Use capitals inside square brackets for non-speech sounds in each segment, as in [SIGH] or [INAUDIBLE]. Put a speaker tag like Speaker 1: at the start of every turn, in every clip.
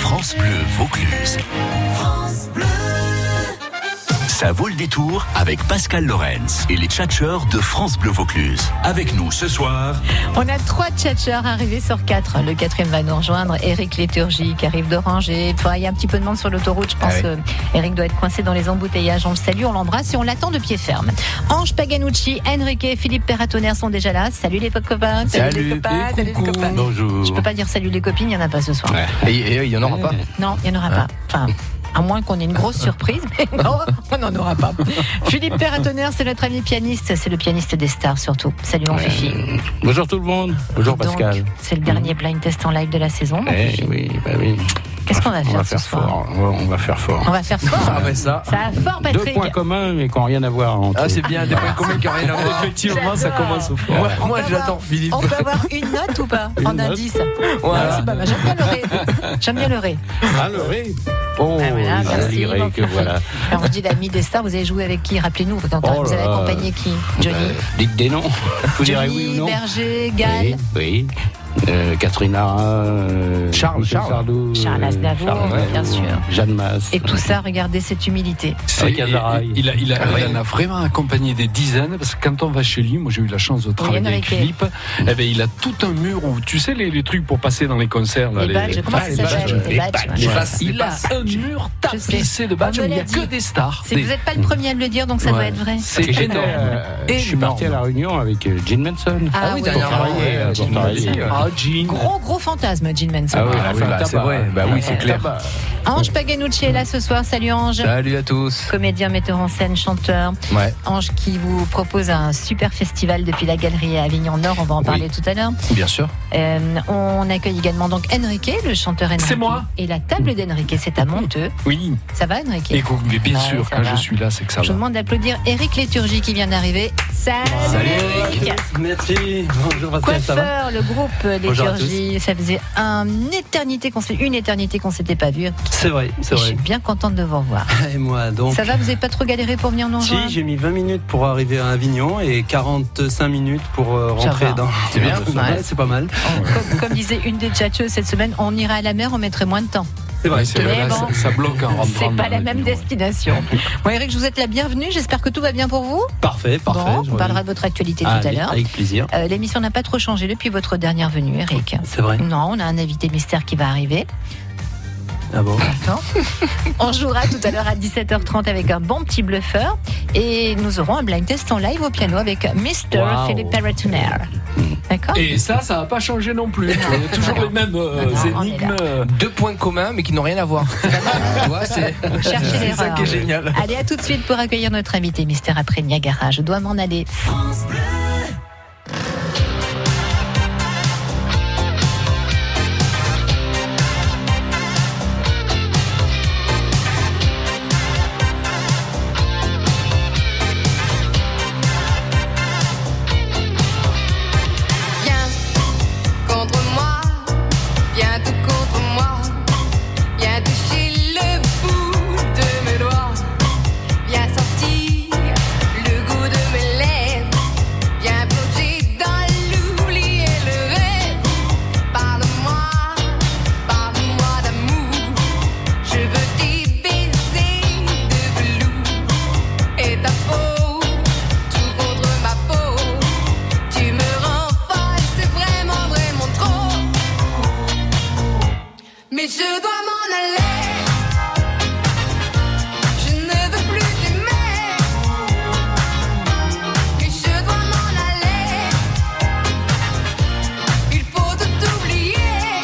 Speaker 1: France Bleu Vaucluse. France Bleu. Ça vaut le détour avec Pascal Lorenz et les tchatcheurs de France Bleu Vaucluse. Avec nous ce soir.
Speaker 2: On a trois tchatcheurs arrivés sur quatre. Le quatrième va nous rejoindre. Eric Léturgie qui arrive d'Oranger. Enfin, il y a un petit peu de monde sur l'autoroute. Je pense
Speaker 3: Ah
Speaker 2: que Eric doit être coincé dans les embouteillages. On le salue, on l'embrasse et on l'attend de pied ferme. Ange Paganucci, Enrique et Philippe Perratonner sont déjà là. Salut les copains. les copains.
Speaker 4: et
Speaker 2: salut les
Speaker 4: coucou.
Speaker 2: copains.
Speaker 4: Bonjour.
Speaker 2: Je peux pas dire salut les copines, il n'y en a pas ce soir.
Speaker 3: Et et il n'y en aura pas.
Speaker 2: Non, il n'y en aura pas. Enfin, à moins qu'on ait une grosse surprise, mais non, on n'en aura pas. Philippe Perratonner, c'est notre ami pianiste, c'est le pianiste des stars surtout. Salut mon Fifi.
Speaker 4: Bonjour tout le monde. Bonjour
Speaker 2: Donc,
Speaker 4: Pascal.
Speaker 2: C'est le dernier blind test en live de la saison. mon
Speaker 4: Eh
Speaker 2: Fifi.
Speaker 4: oui, bah oui.
Speaker 2: Qu'est-ce qu'on va
Speaker 4: On va
Speaker 2: faire ce
Speaker 4: faire
Speaker 2: soir
Speaker 4: fort. Ouais, On va faire fort.
Speaker 2: On va faire fort.
Speaker 3: Ah, ouais, ça.
Speaker 2: Ça a fort,
Speaker 4: Deux
Speaker 2: Patrick.
Speaker 4: points communs mais qui n'ont rien à voir entre
Speaker 3: Ah,
Speaker 4: eux.
Speaker 3: c'est bien, des points communs qui n'ont rien à voir.
Speaker 2: Effectivement, ça commence au
Speaker 3: Moi,
Speaker 2: On
Speaker 3: moi
Speaker 2: peut
Speaker 3: je l'attends, Philippe.
Speaker 2: On peut avoir une note ou pas
Speaker 4: Une
Speaker 2: En
Speaker 4: note.
Speaker 2: indice Ah,
Speaker 3: Voilà.
Speaker 2: c'est pas mal. J'aime bien le ré. J'aime bien le ré.
Speaker 4: Ah, le ré. Oh,
Speaker 2: Ah, voilà, merci,
Speaker 4: joli ré
Speaker 2: mon
Speaker 4: que voilà.
Speaker 2: Alors, je dis l'ami des stars, vous avez joué avec qui Rappelez-nous. Quand
Speaker 4: Oh
Speaker 2: vous avez
Speaker 4: là là.
Speaker 2: accompagné qui [LAUGHS] Johnny
Speaker 4: Euh, dites des noms. Vous direz
Speaker 2: Johnny,
Speaker 4: oui ou non.
Speaker 2: Berger, Gall.
Speaker 4: Oui, oui. Euh, Catherine Lara, euh,
Speaker 3: Charles,
Speaker 4: Michel
Speaker 3: Charles.
Speaker 4: Sardou,
Speaker 2: Charles
Speaker 4: euh,
Speaker 2: Aznavour,
Speaker 4: Charles,
Speaker 2: Oh, bien
Speaker 4: euh,
Speaker 2: sûr.
Speaker 4: Jeanne Masse.
Speaker 2: Et tout ça, regardez cette humilité.
Speaker 5: C'est-
Speaker 4: Avec Azaraï.
Speaker 5: Ah, il, il a, il a- il en a vraiment accompagné des dizaines parce que quand on va chez lui, moi j'ai eu la chance de travailler
Speaker 2: Enrique.
Speaker 5: avec Philippe, eh ben, il a tout un mur où tu sais les, les trucs pour passer dans les concerts. Là,
Speaker 2: Les badges, comment
Speaker 3: ah,
Speaker 2: ça
Speaker 3: les
Speaker 2: s'appelle
Speaker 3: badges,
Speaker 2: Les badges.
Speaker 3: les
Speaker 2: ouais.
Speaker 3: faces, les
Speaker 5: il a
Speaker 3: passes.
Speaker 5: un mur
Speaker 2: Je sais.
Speaker 5: tapissé de badges,
Speaker 2: On me
Speaker 5: mais il n'y
Speaker 2: l'a
Speaker 5: a
Speaker 2: dit.
Speaker 5: que des stars.
Speaker 2: C'est-
Speaker 5: Des-
Speaker 2: Vous n'êtes pas le premier à me le dire, donc ça doit
Speaker 5: Ouais.
Speaker 2: être vrai.
Speaker 5: C'est
Speaker 4: Et j'étais,
Speaker 5: énorme.
Speaker 4: euh, je suis
Speaker 5: Énorme.
Speaker 4: parti à la réunion avec euh, Gene Manson.
Speaker 2: Ah
Speaker 3: oui,
Speaker 2: ouais.
Speaker 4: pour
Speaker 3: dernièrement,
Speaker 4: travailler,
Speaker 3: ouais,
Speaker 4: pour
Speaker 3: Gene
Speaker 4: travailler.
Speaker 3: Manson, ouais.
Speaker 4: Ah, Gene.
Speaker 2: Gros, gros fantasme, Gene Manson.
Speaker 4: Ah oui,
Speaker 3: Ah
Speaker 4: la
Speaker 3: oui,
Speaker 4: fin
Speaker 3: bah,
Speaker 4: tabac.
Speaker 3: c'est vrai. Bah oui, c'est clair.
Speaker 4: Tabac.
Speaker 2: Ange Paganucci est là ce soir. Salut Ange.
Speaker 3: Salut à tous.
Speaker 2: Comédien, metteur en scène, chanteur.
Speaker 3: Ouais,
Speaker 2: Ange qui vous propose un super festival depuis la galerie à Avignon Nord. On va en parler tout à l'heure.
Speaker 3: bien sûr.
Speaker 2: Euh, on accueille également donc Enrique, le chanteur Enrique.
Speaker 5: C'est moi.
Speaker 2: Et la table d'Enrique, c'est à Monteux.
Speaker 5: Oui,
Speaker 2: Ça va Enrique
Speaker 5: Et qu'on- mais bien
Speaker 2: Ouais,
Speaker 5: sûr,
Speaker 2: ça
Speaker 5: quand
Speaker 2: va.
Speaker 5: je suis là, c'est que ça
Speaker 2: Je vous
Speaker 5: va.
Speaker 2: demande d'applaudir Eric Léturgie qui vient d'arriver. Salut, Eric.
Speaker 6: Merci, bonjour Pascal, ça va
Speaker 2: Coiffeur, le groupe
Speaker 6: Bonjour à
Speaker 2: Léturgie, ça faisait un éternité qu'on s'est- une éternité qu'on s'était pas vu.
Speaker 6: C'est vrai, c'est
Speaker 2: Je suis
Speaker 6: vrai.
Speaker 2: bien contente de vous revoir.
Speaker 6: [LAUGHS] Et moi donc
Speaker 2: Ça va, vous n'avez pas trop galéré pour venir nous
Speaker 6: Si,
Speaker 2: rejoindre
Speaker 6: j'ai mis 20 minutes pour arriver à Avignon et 45 minutes pour euh,
Speaker 2: Ça
Speaker 6: rentrer
Speaker 2: va.
Speaker 6: dans. C'est [LAUGHS]
Speaker 2: bien. Ouais.
Speaker 6: c'est pas mal.
Speaker 2: On- comme, comme disait une des tchatcheuses cette semaine, on ira à la mer, on mettrait moins de temps.
Speaker 6: C'est vrai.
Speaker 5: Ouais, c'est
Speaker 2: Mais
Speaker 5: vrai, là,
Speaker 2: bon.
Speaker 5: ça, ça bloque en rentrant.
Speaker 2: C'est
Speaker 5: dans
Speaker 2: pas la même
Speaker 5: réunion, ouais.
Speaker 2: destination. Bon, Eric, je vous êtes la bienvenue. J'espère que tout va bien pour vous.
Speaker 6: Parfait, parfait.
Speaker 2: Bon,
Speaker 6: je
Speaker 2: on
Speaker 6: reviens.
Speaker 2: parlera de votre actualité tout
Speaker 6: Allez,
Speaker 2: à l'heure.
Speaker 6: Avec plaisir.
Speaker 2: Euh, L'émission n'a pas trop changé depuis votre dernière venue, Eric.
Speaker 6: C'est vrai.
Speaker 2: Non, on a un invité mystère qui va arriver.
Speaker 6: Ah bon
Speaker 2: D'accord. on jouera tout à l'heure à 17h30 avec un bon petit bluffeur. Et nous aurons un blind test en live au piano avec Mr.
Speaker 6: Wow.
Speaker 2: Philippe Perretoner. D'accord
Speaker 5: Et ça, ça n'a pas changé non plus. On a toujours les mêmes euh,
Speaker 2: Non, non, on est
Speaker 5: énigmes.
Speaker 2: là.
Speaker 5: euh,
Speaker 3: Deux points communs, mais qui n'ont rien à voir. [LAUGHS] Tu vois, c'est
Speaker 2: Cherchez
Speaker 3: c'est ça
Speaker 2: l'erreur.
Speaker 3: qui est génial.
Speaker 2: Allez, à tout de suite pour accueillir notre invité mystère après Niagara. Je dois m'en aller.
Speaker 7: Viens contre moi, viens tout contre moi, viens toucher le bout de mes doigts, viens sortir le goût de mes lèvres, viens plonger dans l'oubli et le rêve. Parle-moi, parle-moi d'amour, je veux tes baisers de velours et ta peau, tout contre ma peau. Tu me rends folle, c'est vraiment, vraiment trop. Mais je dois m'en aller. Je ne veux plus t'aimer. Mais je dois m'en aller. Il faut tout oublier.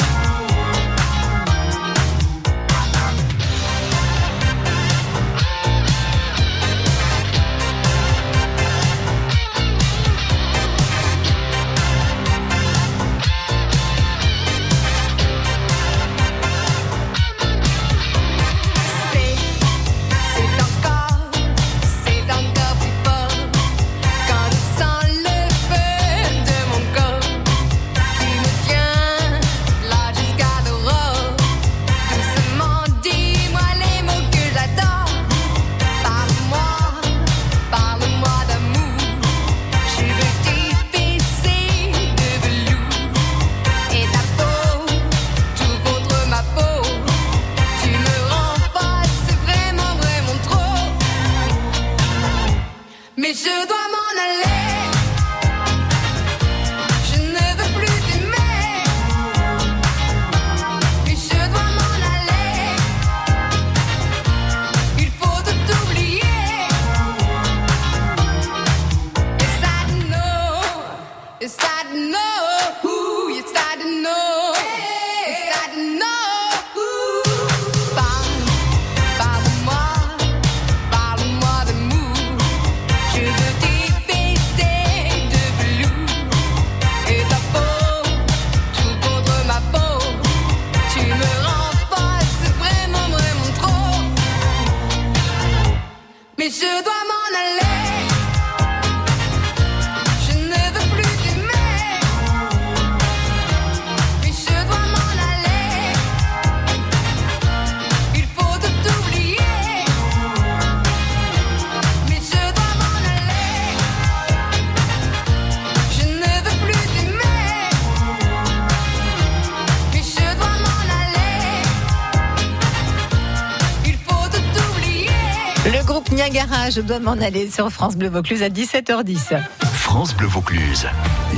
Speaker 2: Le groupe Niagara, je dois m'en aller sur France Bleu Vaucluse à 17h10.
Speaker 1: France Bleu Vaucluse,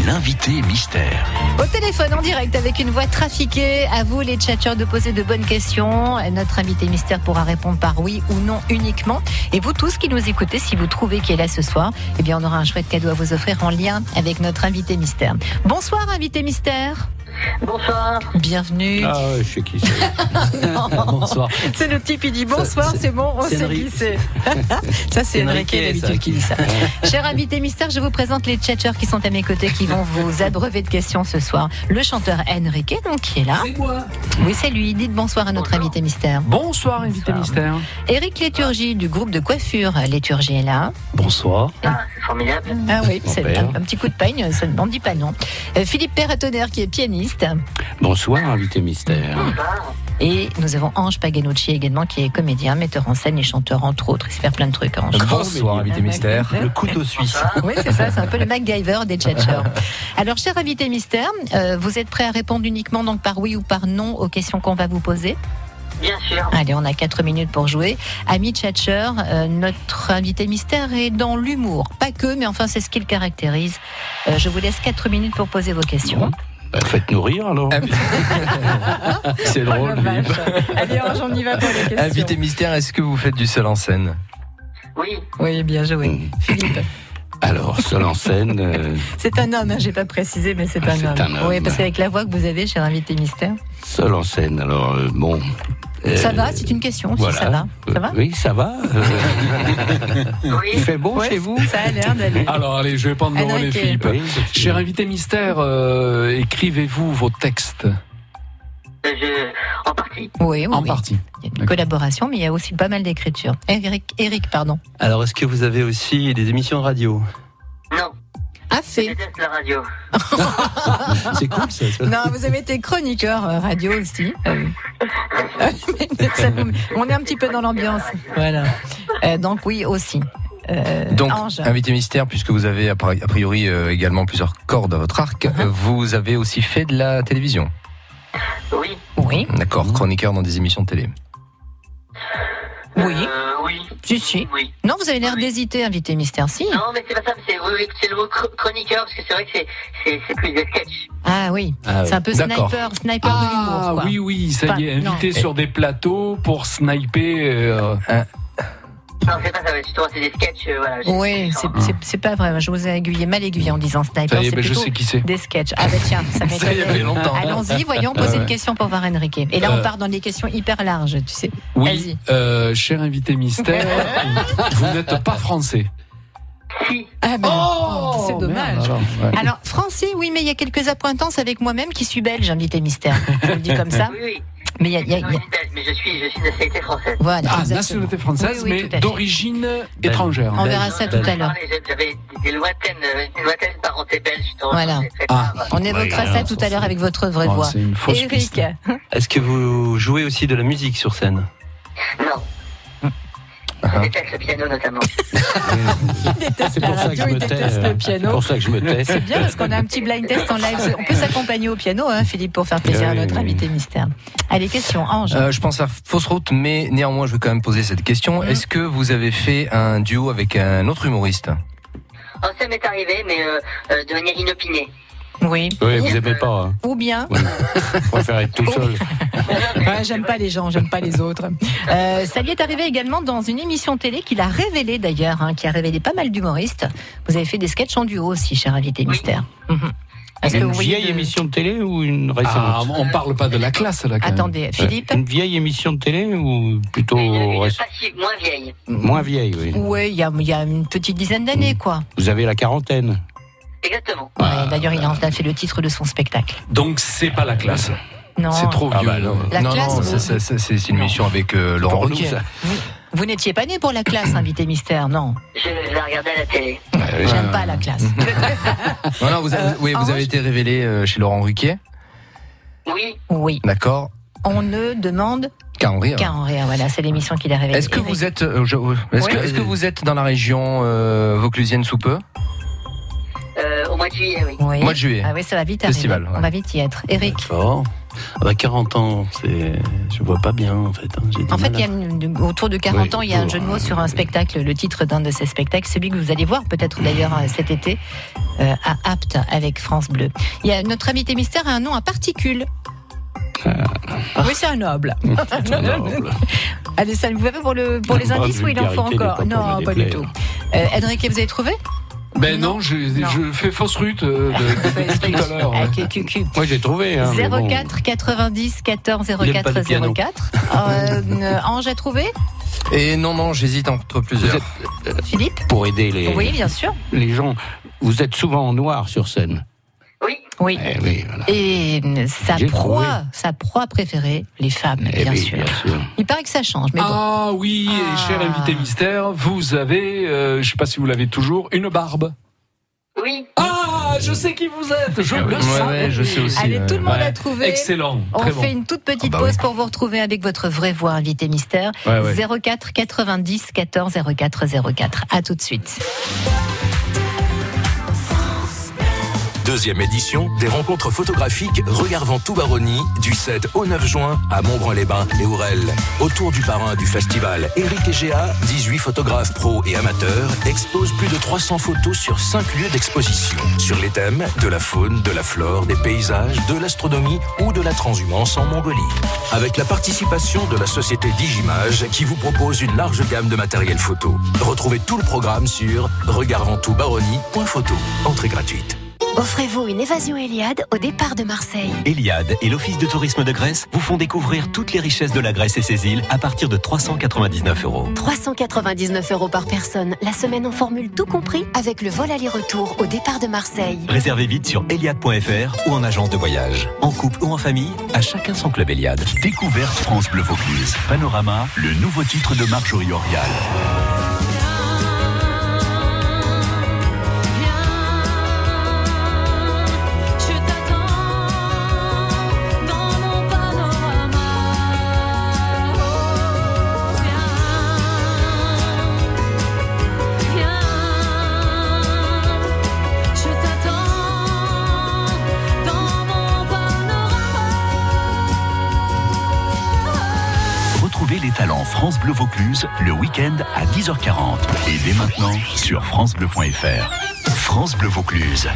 Speaker 1: l'invité mystère.
Speaker 2: Au téléphone en direct avec une voix trafiquée, à vous les tchatcheurs de poser de bonnes questions. Notre invité mystère pourra répondre par oui ou non uniquement. Et vous tous qui nous écoutez, si vous trouvez qui est là ce soir, eh bien on aura un chouette cadeau à vous offrir en lien avec notre invité mystère. Bonsoir invité mystère. Bonsoir. Bienvenue.
Speaker 4: Ah, ouais, je sais qui
Speaker 2: [LAUGHS]
Speaker 4: c'est.
Speaker 6: Bonsoir.
Speaker 2: C'est le petit qui dit bonsoir,
Speaker 6: Ça,
Speaker 2: Ah, c'est bon, on
Speaker 6: c'est
Speaker 2: sait
Speaker 6: Enrique.
Speaker 2: qui [LAUGHS] c'est. ça, c'est
Speaker 6: C'est
Speaker 2: Enrique,
Speaker 6: Enrique, ça,
Speaker 2: d'habitude, qui dit ça. Cher invité mystère, je vous présente les tchatcheurs qui sont à mes côtés, qui vont vous abreuver de questions ce soir. Le chanteur Enrique, donc, qui est là. C'est moi. Oui, c'est lui. Dites bonsoir à notre invité mystère.
Speaker 5: Bonsoir, invité
Speaker 2: Bonsoir.
Speaker 5: mystère.
Speaker 2: Eric Léturgie, du groupe de coiffure Léturgie est là.
Speaker 4: Bonsoir.
Speaker 2: Ah oui,
Speaker 4: Mon
Speaker 2: c'est
Speaker 4: père.
Speaker 2: un, un petit coup de peigne, ça ne m'en dit pas non. Euh, Philippe Perratonnerre, qui est pianiste.
Speaker 4: Bonsoir, invité mystère.
Speaker 2: Hmm. Et nous avons Ange Paganucci également, qui est comédien, metteur en scène et chanteur, entre autres. Il sait faire plein de trucs, Ange.
Speaker 3: Bonsoir, invité mystère.
Speaker 6: Le couteau suisse.
Speaker 2: Oui, c'est ça, c'est un peu
Speaker 5: [LAUGHS]
Speaker 2: le MacGyver des tchatcheurs. Alors, cher invité mystère, euh, vous êtes prêt à répondre uniquement donc par oui ou par non aux questions qu'on va vous poser Bien sûr. Allez, on a 4 minutes pour jouer. Ami tchatcheur, euh, notre invité mystère est dans l'humour. Pas que, mais enfin, c'est ce qu'il caractérise. Euh, je vous laisse 4 minutes pour poser vos questions.
Speaker 4: Bah, Faites-nous rire alors.
Speaker 3: C'est drôle. lui.
Speaker 2: Oh Allez, Ange, on y va pour les
Speaker 3: Invité mystère, est-ce que vous faites du seul en scène
Speaker 2: Oui, bien joué.
Speaker 4: Mm.
Speaker 2: Philippe.
Speaker 4: Alors, seul en scène, euh,
Speaker 2: C'est un homme, hein, j'ai pas précisé, mais c'est
Speaker 4: Ah,
Speaker 2: un,
Speaker 4: c'est
Speaker 2: homme.
Speaker 4: un homme.
Speaker 2: Oui, parce qu'avec la voix que vous avez, cher invité mystère.
Speaker 4: seul en scène. Alors, euh, bon. euh,
Speaker 2: Ça va, c'est une question aussi,
Speaker 4: voilà.
Speaker 2: ça va. Ça va
Speaker 4: Oui, ça va.
Speaker 2: [LAUGHS]
Speaker 4: [LAUGHS] euh. Il fait beau
Speaker 2: Ouais,
Speaker 4: chez vous
Speaker 2: Ça a l'air d'aller. Ah,
Speaker 5: Alors, allez, je vais prendre le relais,
Speaker 2: Enrique.
Speaker 5: Philippe.
Speaker 4: Oui,
Speaker 5: Cher invité mystère, euh, écrivez-vous vos textes
Speaker 2: Oui, oui,
Speaker 5: en
Speaker 2: oui.
Speaker 5: partie.
Speaker 2: Il y a une
Speaker 5: D'accord.
Speaker 2: collaboration, mais il y a aussi pas mal d'écriture. Eric, Eric, pardon.
Speaker 6: Alors, est-ce que vous avez aussi des émissions de radio
Speaker 2: A
Speaker 5: [LAUGHS]
Speaker 2: fait.
Speaker 6: C'est cool, ça. ça.
Speaker 2: Non, vous avez été chroniqueur euh, radio aussi. Euh, [LAUGHS] ça vous- on est un petit peu dans l'ambiance. Voilà. Euh, donc oui, aussi. Euh,
Speaker 3: Donc,
Speaker 2: Ange.
Speaker 3: invité mystère, puisque vous avez a pri- a priori euh, également plusieurs cordes à votre arc,
Speaker 2: Uh-huh.
Speaker 3: euh, vous avez aussi fait de la télévision.
Speaker 2: Oui,
Speaker 3: D'accord, chroniqueur dans des émissions de télé.
Speaker 2: oui,
Speaker 8: Euh, Oui,
Speaker 2: si, si.
Speaker 8: oui.
Speaker 2: Non, vous avez l'air d'hésiter, invité mystère, si.
Speaker 8: Non, mais c'est pas ça, mais c'est oui, oui, c'est le mot chro- chroniqueur, parce que c'est vrai que c'est- c'est c'est plus des sketchs.
Speaker 2: Ah oui, c'est un peu
Speaker 3: D'accord.
Speaker 2: sniper, sniper de l'humour.
Speaker 5: Ah
Speaker 2: quoi.
Speaker 5: oui, oui, ça y est,
Speaker 2: Enfin,
Speaker 5: invité sur des plateaux pour sniper. euh,
Speaker 8: Non, c'est pas ça, mais justement, c'est des sketchs. euh, voilà, j'ai-
Speaker 2: Oui, c'est- c'est- c'est pas vrai. Je vous ai aiguillé, mal aiguillé en disant sniper.
Speaker 5: ça y est,
Speaker 2: C'est
Speaker 5: ben, je
Speaker 2: plutôt
Speaker 5: sais qui c'est.
Speaker 2: des sketchs. Ah bah tiens,
Speaker 5: [LAUGHS]
Speaker 2: ça
Speaker 3: Ça
Speaker 5: ben,
Speaker 3: y est, fait
Speaker 2: m'étonne.
Speaker 3: longtemps.
Speaker 2: Allons-y, voyons,
Speaker 5: Ah
Speaker 2: poser
Speaker 5: ouais.
Speaker 2: une question pour voir Enrique. Et là, on
Speaker 5: Euh.
Speaker 2: part dans des questions hyper larges, tu sais.
Speaker 5: Oui,
Speaker 2: Vas-y.
Speaker 5: euh, cher
Speaker 2: [LAUGHS]
Speaker 5: invité mystère, vous n'êtes pas français.
Speaker 2: Ah ben, oh, c'est dommage.
Speaker 5: Merde, alors, ouais.
Speaker 2: alors, français, oui, mais il y a quelques appointances avec moi-même qui suis belge, invité mystère. Je vous le dis comme ça.
Speaker 8: Oui, oui.
Speaker 2: Mais il y a- il y, a-
Speaker 8: Non,
Speaker 2: il y a-
Speaker 8: mais c'est belge, mais je suis, je suis de nationalité française.
Speaker 2: Voilà.
Speaker 5: Ah,
Speaker 2: exactement.
Speaker 5: nationalité française,
Speaker 2: Oui, oui, tout à
Speaker 5: mais
Speaker 2: fait.
Speaker 5: d'origine
Speaker 8: Ben,
Speaker 5: étrangère.
Speaker 2: On verra ça tout à l'heure.
Speaker 8: J'avais- J'avais des lointaines, euh, une lointaine parenté belge. donc
Speaker 2: Voilà.
Speaker 8: j'ai fait
Speaker 5: Ah.
Speaker 8: part, euh,
Speaker 2: On évoquera
Speaker 4: Ouais,
Speaker 2: ça
Speaker 4: non,
Speaker 2: tout
Speaker 4: ça,
Speaker 2: à l'heure
Speaker 4: c'est-
Speaker 2: avec votre vraie
Speaker 5: Oh,
Speaker 2: voix.
Speaker 5: c'est une fausse piste.
Speaker 2: Eric,
Speaker 6: Est-ce que vous jouez aussi de la musique sur scène Ah,
Speaker 8: Non. Je déteste le piano, notamment.
Speaker 2: il déteste
Speaker 4: C'est
Speaker 2: la
Speaker 4: pour ça que je
Speaker 2: radio, il
Speaker 4: me tais.
Speaker 2: déteste le
Speaker 4: euh, C'est
Speaker 2: piano.
Speaker 4: pour ça que je me tais.
Speaker 2: C'est bien parce qu'on a un petit blind test en live. On peut s'accompagner au piano, hein, Philippe, pour faire plaisir à
Speaker 4: Oui,
Speaker 2: notre
Speaker 4: oui.
Speaker 2: invité mystère. Allez, question, Ange.
Speaker 3: Euh, je pense à fausse route, mais néanmoins, je vais quand même poser cette question.
Speaker 2: Mhm.
Speaker 3: Est-ce que vous avez fait un duo avec un autre humoriste
Speaker 8: Alors, ça m'est arrivé, mais euh, euh, de manière inopinée.
Speaker 2: Oui.
Speaker 4: Oui, vous aimez pas. Hein.
Speaker 2: Ou bien.
Speaker 4: Je préfère être tout seul.
Speaker 2: Ouais, j'aime pas les gens, j'aime pas les autres. Euh, ça lui est arrivé également dans une émission télé qu'il a révélée d'ailleurs, hein, qui a révélé pas mal d'humoristes. Vous avez fait des sketchs en duo aussi, cher invité mystère. Mhm. Est-ce que
Speaker 4: Une
Speaker 2: vous voyez
Speaker 4: vieille
Speaker 2: de-
Speaker 4: émission de télé ou une récente Euh,
Speaker 5: Ah, on parle pas de la classe là. Quand même.
Speaker 2: Attendez, Philippe.
Speaker 4: Une vieille émission de télé ou plutôt
Speaker 8: Une, une
Speaker 4: récente
Speaker 8: passive moins vieille.
Speaker 4: moins vieille, Oh, oui. Mm.
Speaker 2: Oui, il y a, il y a une petite dizaine d'années, quoi.
Speaker 4: Vous avez la quarantaine.
Speaker 8: Exactement.
Speaker 4: Ah,
Speaker 2: Ouais, D'ailleurs, il en a fait le titre de son spectacle.
Speaker 5: Donc c'est pas la classe.
Speaker 2: Non.
Speaker 5: C'est
Speaker 4: Ah
Speaker 5: trop vieux.
Speaker 4: bah
Speaker 2: La
Speaker 3: Non,
Speaker 2: classe,
Speaker 3: non,
Speaker 2: vous-
Speaker 3: ça, ça, ça, c'est une émission avec euh, Laurent
Speaker 4: Pour nous,
Speaker 3: Ruquier.
Speaker 4: ça.
Speaker 2: Vous n'étiez pas né pour
Speaker 3: [COUGHS]
Speaker 2: la classe, invité mystère, non.
Speaker 8: Je, je la regardais à la télé.
Speaker 2: J'aime pas la classe.
Speaker 3: Non, non, vous, avez-
Speaker 2: Euh,
Speaker 3: oui,
Speaker 2: Ange
Speaker 3: vous avez été révélé euh, chez Laurent Ruquier. Ah.
Speaker 8: Oui,
Speaker 2: Oui,
Speaker 3: D'accord.
Speaker 2: on ne demande
Speaker 3: Qu'à en rire.
Speaker 2: qu'à en rire. Voilà, c'est l'émission qu'il a révélée.
Speaker 3: Est-ce que
Speaker 2: Eric.
Speaker 3: vous êtes, euh, je- est-ce que,
Speaker 2: Oui.
Speaker 3: est-ce que vous êtes dans la région euh, vauclusienne sous peu
Speaker 8: euh, au mois de juillet, oui.
Speaker 2: Oui.
Speaker 3: Mois de juillet.
Speaker 2: Ah oui, ça va vite arriver.
Speaker 3: Festival, ouais.
Speaker 2: On va vite y être. Eric,
Speaker 6: D'accord.
Speaker 4: Ah bah 40 ans, c'est, je vois pas bien en fait. hein, j'ai du
Speaker 2: En fait,
Speaker 4: mal à-
Speaker 2: il y a une- autour de 40
Speaker 4: Oui,
Speaker 2: ans, il y a un
Speaker 4: autour,
Speaker 2: jeu de mots
Speaker 4: euh,
Speaker 2: sur un spectacle, le titre d'un de ces spectacles, celui que vous allez voir peut-être d'ailleurs euh, cet été euh, à Apt avec France Bleu. Il y a, notre invité mystère a un nom à particules.
Speaker 3: Ah.
Speaker 2: Oui, c'est un noble.
Speaker 4: Noble.
Speaker 2: [LAUGHS] allez, ça vous avez pour, le, pour
Speaker 3: Ah,
Speaker 2: les
Speaker 4: Bah,
Speaker 2: indices ou il en faut
Speaker 4: vulgarité,
Speaker 2: encore
Speaker 4: il est pas pour
Speaker 2: Non,
Speaker 4: me
Speaker 2: pas du tout.
Speaker 4: déplaire.
Speaker 2: Euh, Enrique, vous avez trouvé
Speaker 5: Ben
Speaker 2: Non.
Speaker 5: non, je,
Speaker 2: Non.
Speaker 5: je fais fausse route euh, de- de- tout à l'heure. hein. ouais.
Speaker 2: Ah, cu- cu- cu-
Speaker 4: Moi j'ai
Speaker 5: Eh,
Speaker 4: trouvé. Hein, mais bon.
Speaker 2: 04 90 14
Speaker 4: Il aime pas
Speaker 2: 04
Speaker 4: le piano.
Speaker 2: 04. Euh, euh, Ange a trouvé
Speaker 3: Et non, non, j'hésite entre plusieurs.
Speaker 2: Philippe
Speaker 4: Pour aider les,
Speaker 2: Oui, bien sûr.
Speaker 4: les gens, vous êtes souvent en noir sur scène.
Speaker 8: Oui,
Speaker 2: Oui.
Speaker 4: Eh oui, voilà.
Speaker 2: Et euh, sa
Speaker 4: J'ai trouvé.
Speaker 2: proie, sa proie préférée, les femmes,
Speaker 4: Eh
Speaker 2: bien
Speaker 4: oui,
Speaker 2: sûr.
Speaker 4: bien sûr.
Speaker 2: Il paraît que ça change, mais bon.
Speaker 5: Ah oui,
Speaker 2: Ah.
Speaker 5: et cher invité mystère, vous avez, euh, je sais pas si vous l'avez toujours, une barbe.
Speaker 8: oui.
Speaker 5: Ah, je sais qui vous êtes,
Speaker 4: Ah
Speaker 5: je le
Speaker 3: Ouais,
Speaker 5: savais.
Speaker 3: ouais, je sais aussi.
Speaker 2: Allez,
Speaker 4: euh,
Speaker 3: ouais.
Speaker 2: tout le monde a
Speaker 5: ouais.
Speaker 2: trouvé.
Speaker 5: Excellent,
Speaker 2: On
Speaker 5: très
Speaker 2: fait
Speaker 5: bon.
Speaker 2: une toute petite
Speaker 3: Ah bah
Speaker 2: pause
Speaker 3: oui.
Speaker 2: pour vous retrouver avec votre vraie voix, invité mystère.
Speaker 3: Ouais, ouais.
Speaker 2: 04 90 14 04 04. À tout de suite.
Speaker 1: Deuxième édition des rencontres photographiques Regard Ventoux Baroni du 7 au 9 juin à Montbrun-les-Bains et Aurel. Autour du parrain du festival, Eric Egea, 18 photographes pros et amateurs, exposent plus de 300 photos sur 5 lieux d'exposition. Sur les thèmes de la faune, de la flore, des paysages, de l'astronomie ou de la transhumance en Mongolie. Avec la participation de la société Digimage qui vous propose une large gamme de matériel photo. Retrouvez tout le programme sur regardventoubaroni.photo. Entrée gratuite.
Speaker 9: Offrez-vous une évasion Eliade au départ de Marseille.
Speaker 10: Eliade et l'Office de tourisme de Grèce vous font découvrir toutes les richesses de la Grèce et ses îles à partir de 399 euros.
Speaker 9: 399 euros par personne, la semaine en formule tout compris avec le vol aller-retour au départ de Marseille.
Speaker 10: Réservez vite sur eliade.fr ou en agence de voyage. En couple ou en famille, à chacun son club Eliade.
Speaker 1: Découverte France Bleu Vaucluse. Panorama, le nouveau titre de Marjorie Orial.
Speaker 7: Je t'attends dans mon panorama. Oh, viens, viens. Je t'attends dans mon panorama.
Speaker 1: Retrouvez les talents France Bleu Vaucluse le week-end à 10h40. Et dès maintenant sur FranceBleu.fr. France Bleu Vaucluse,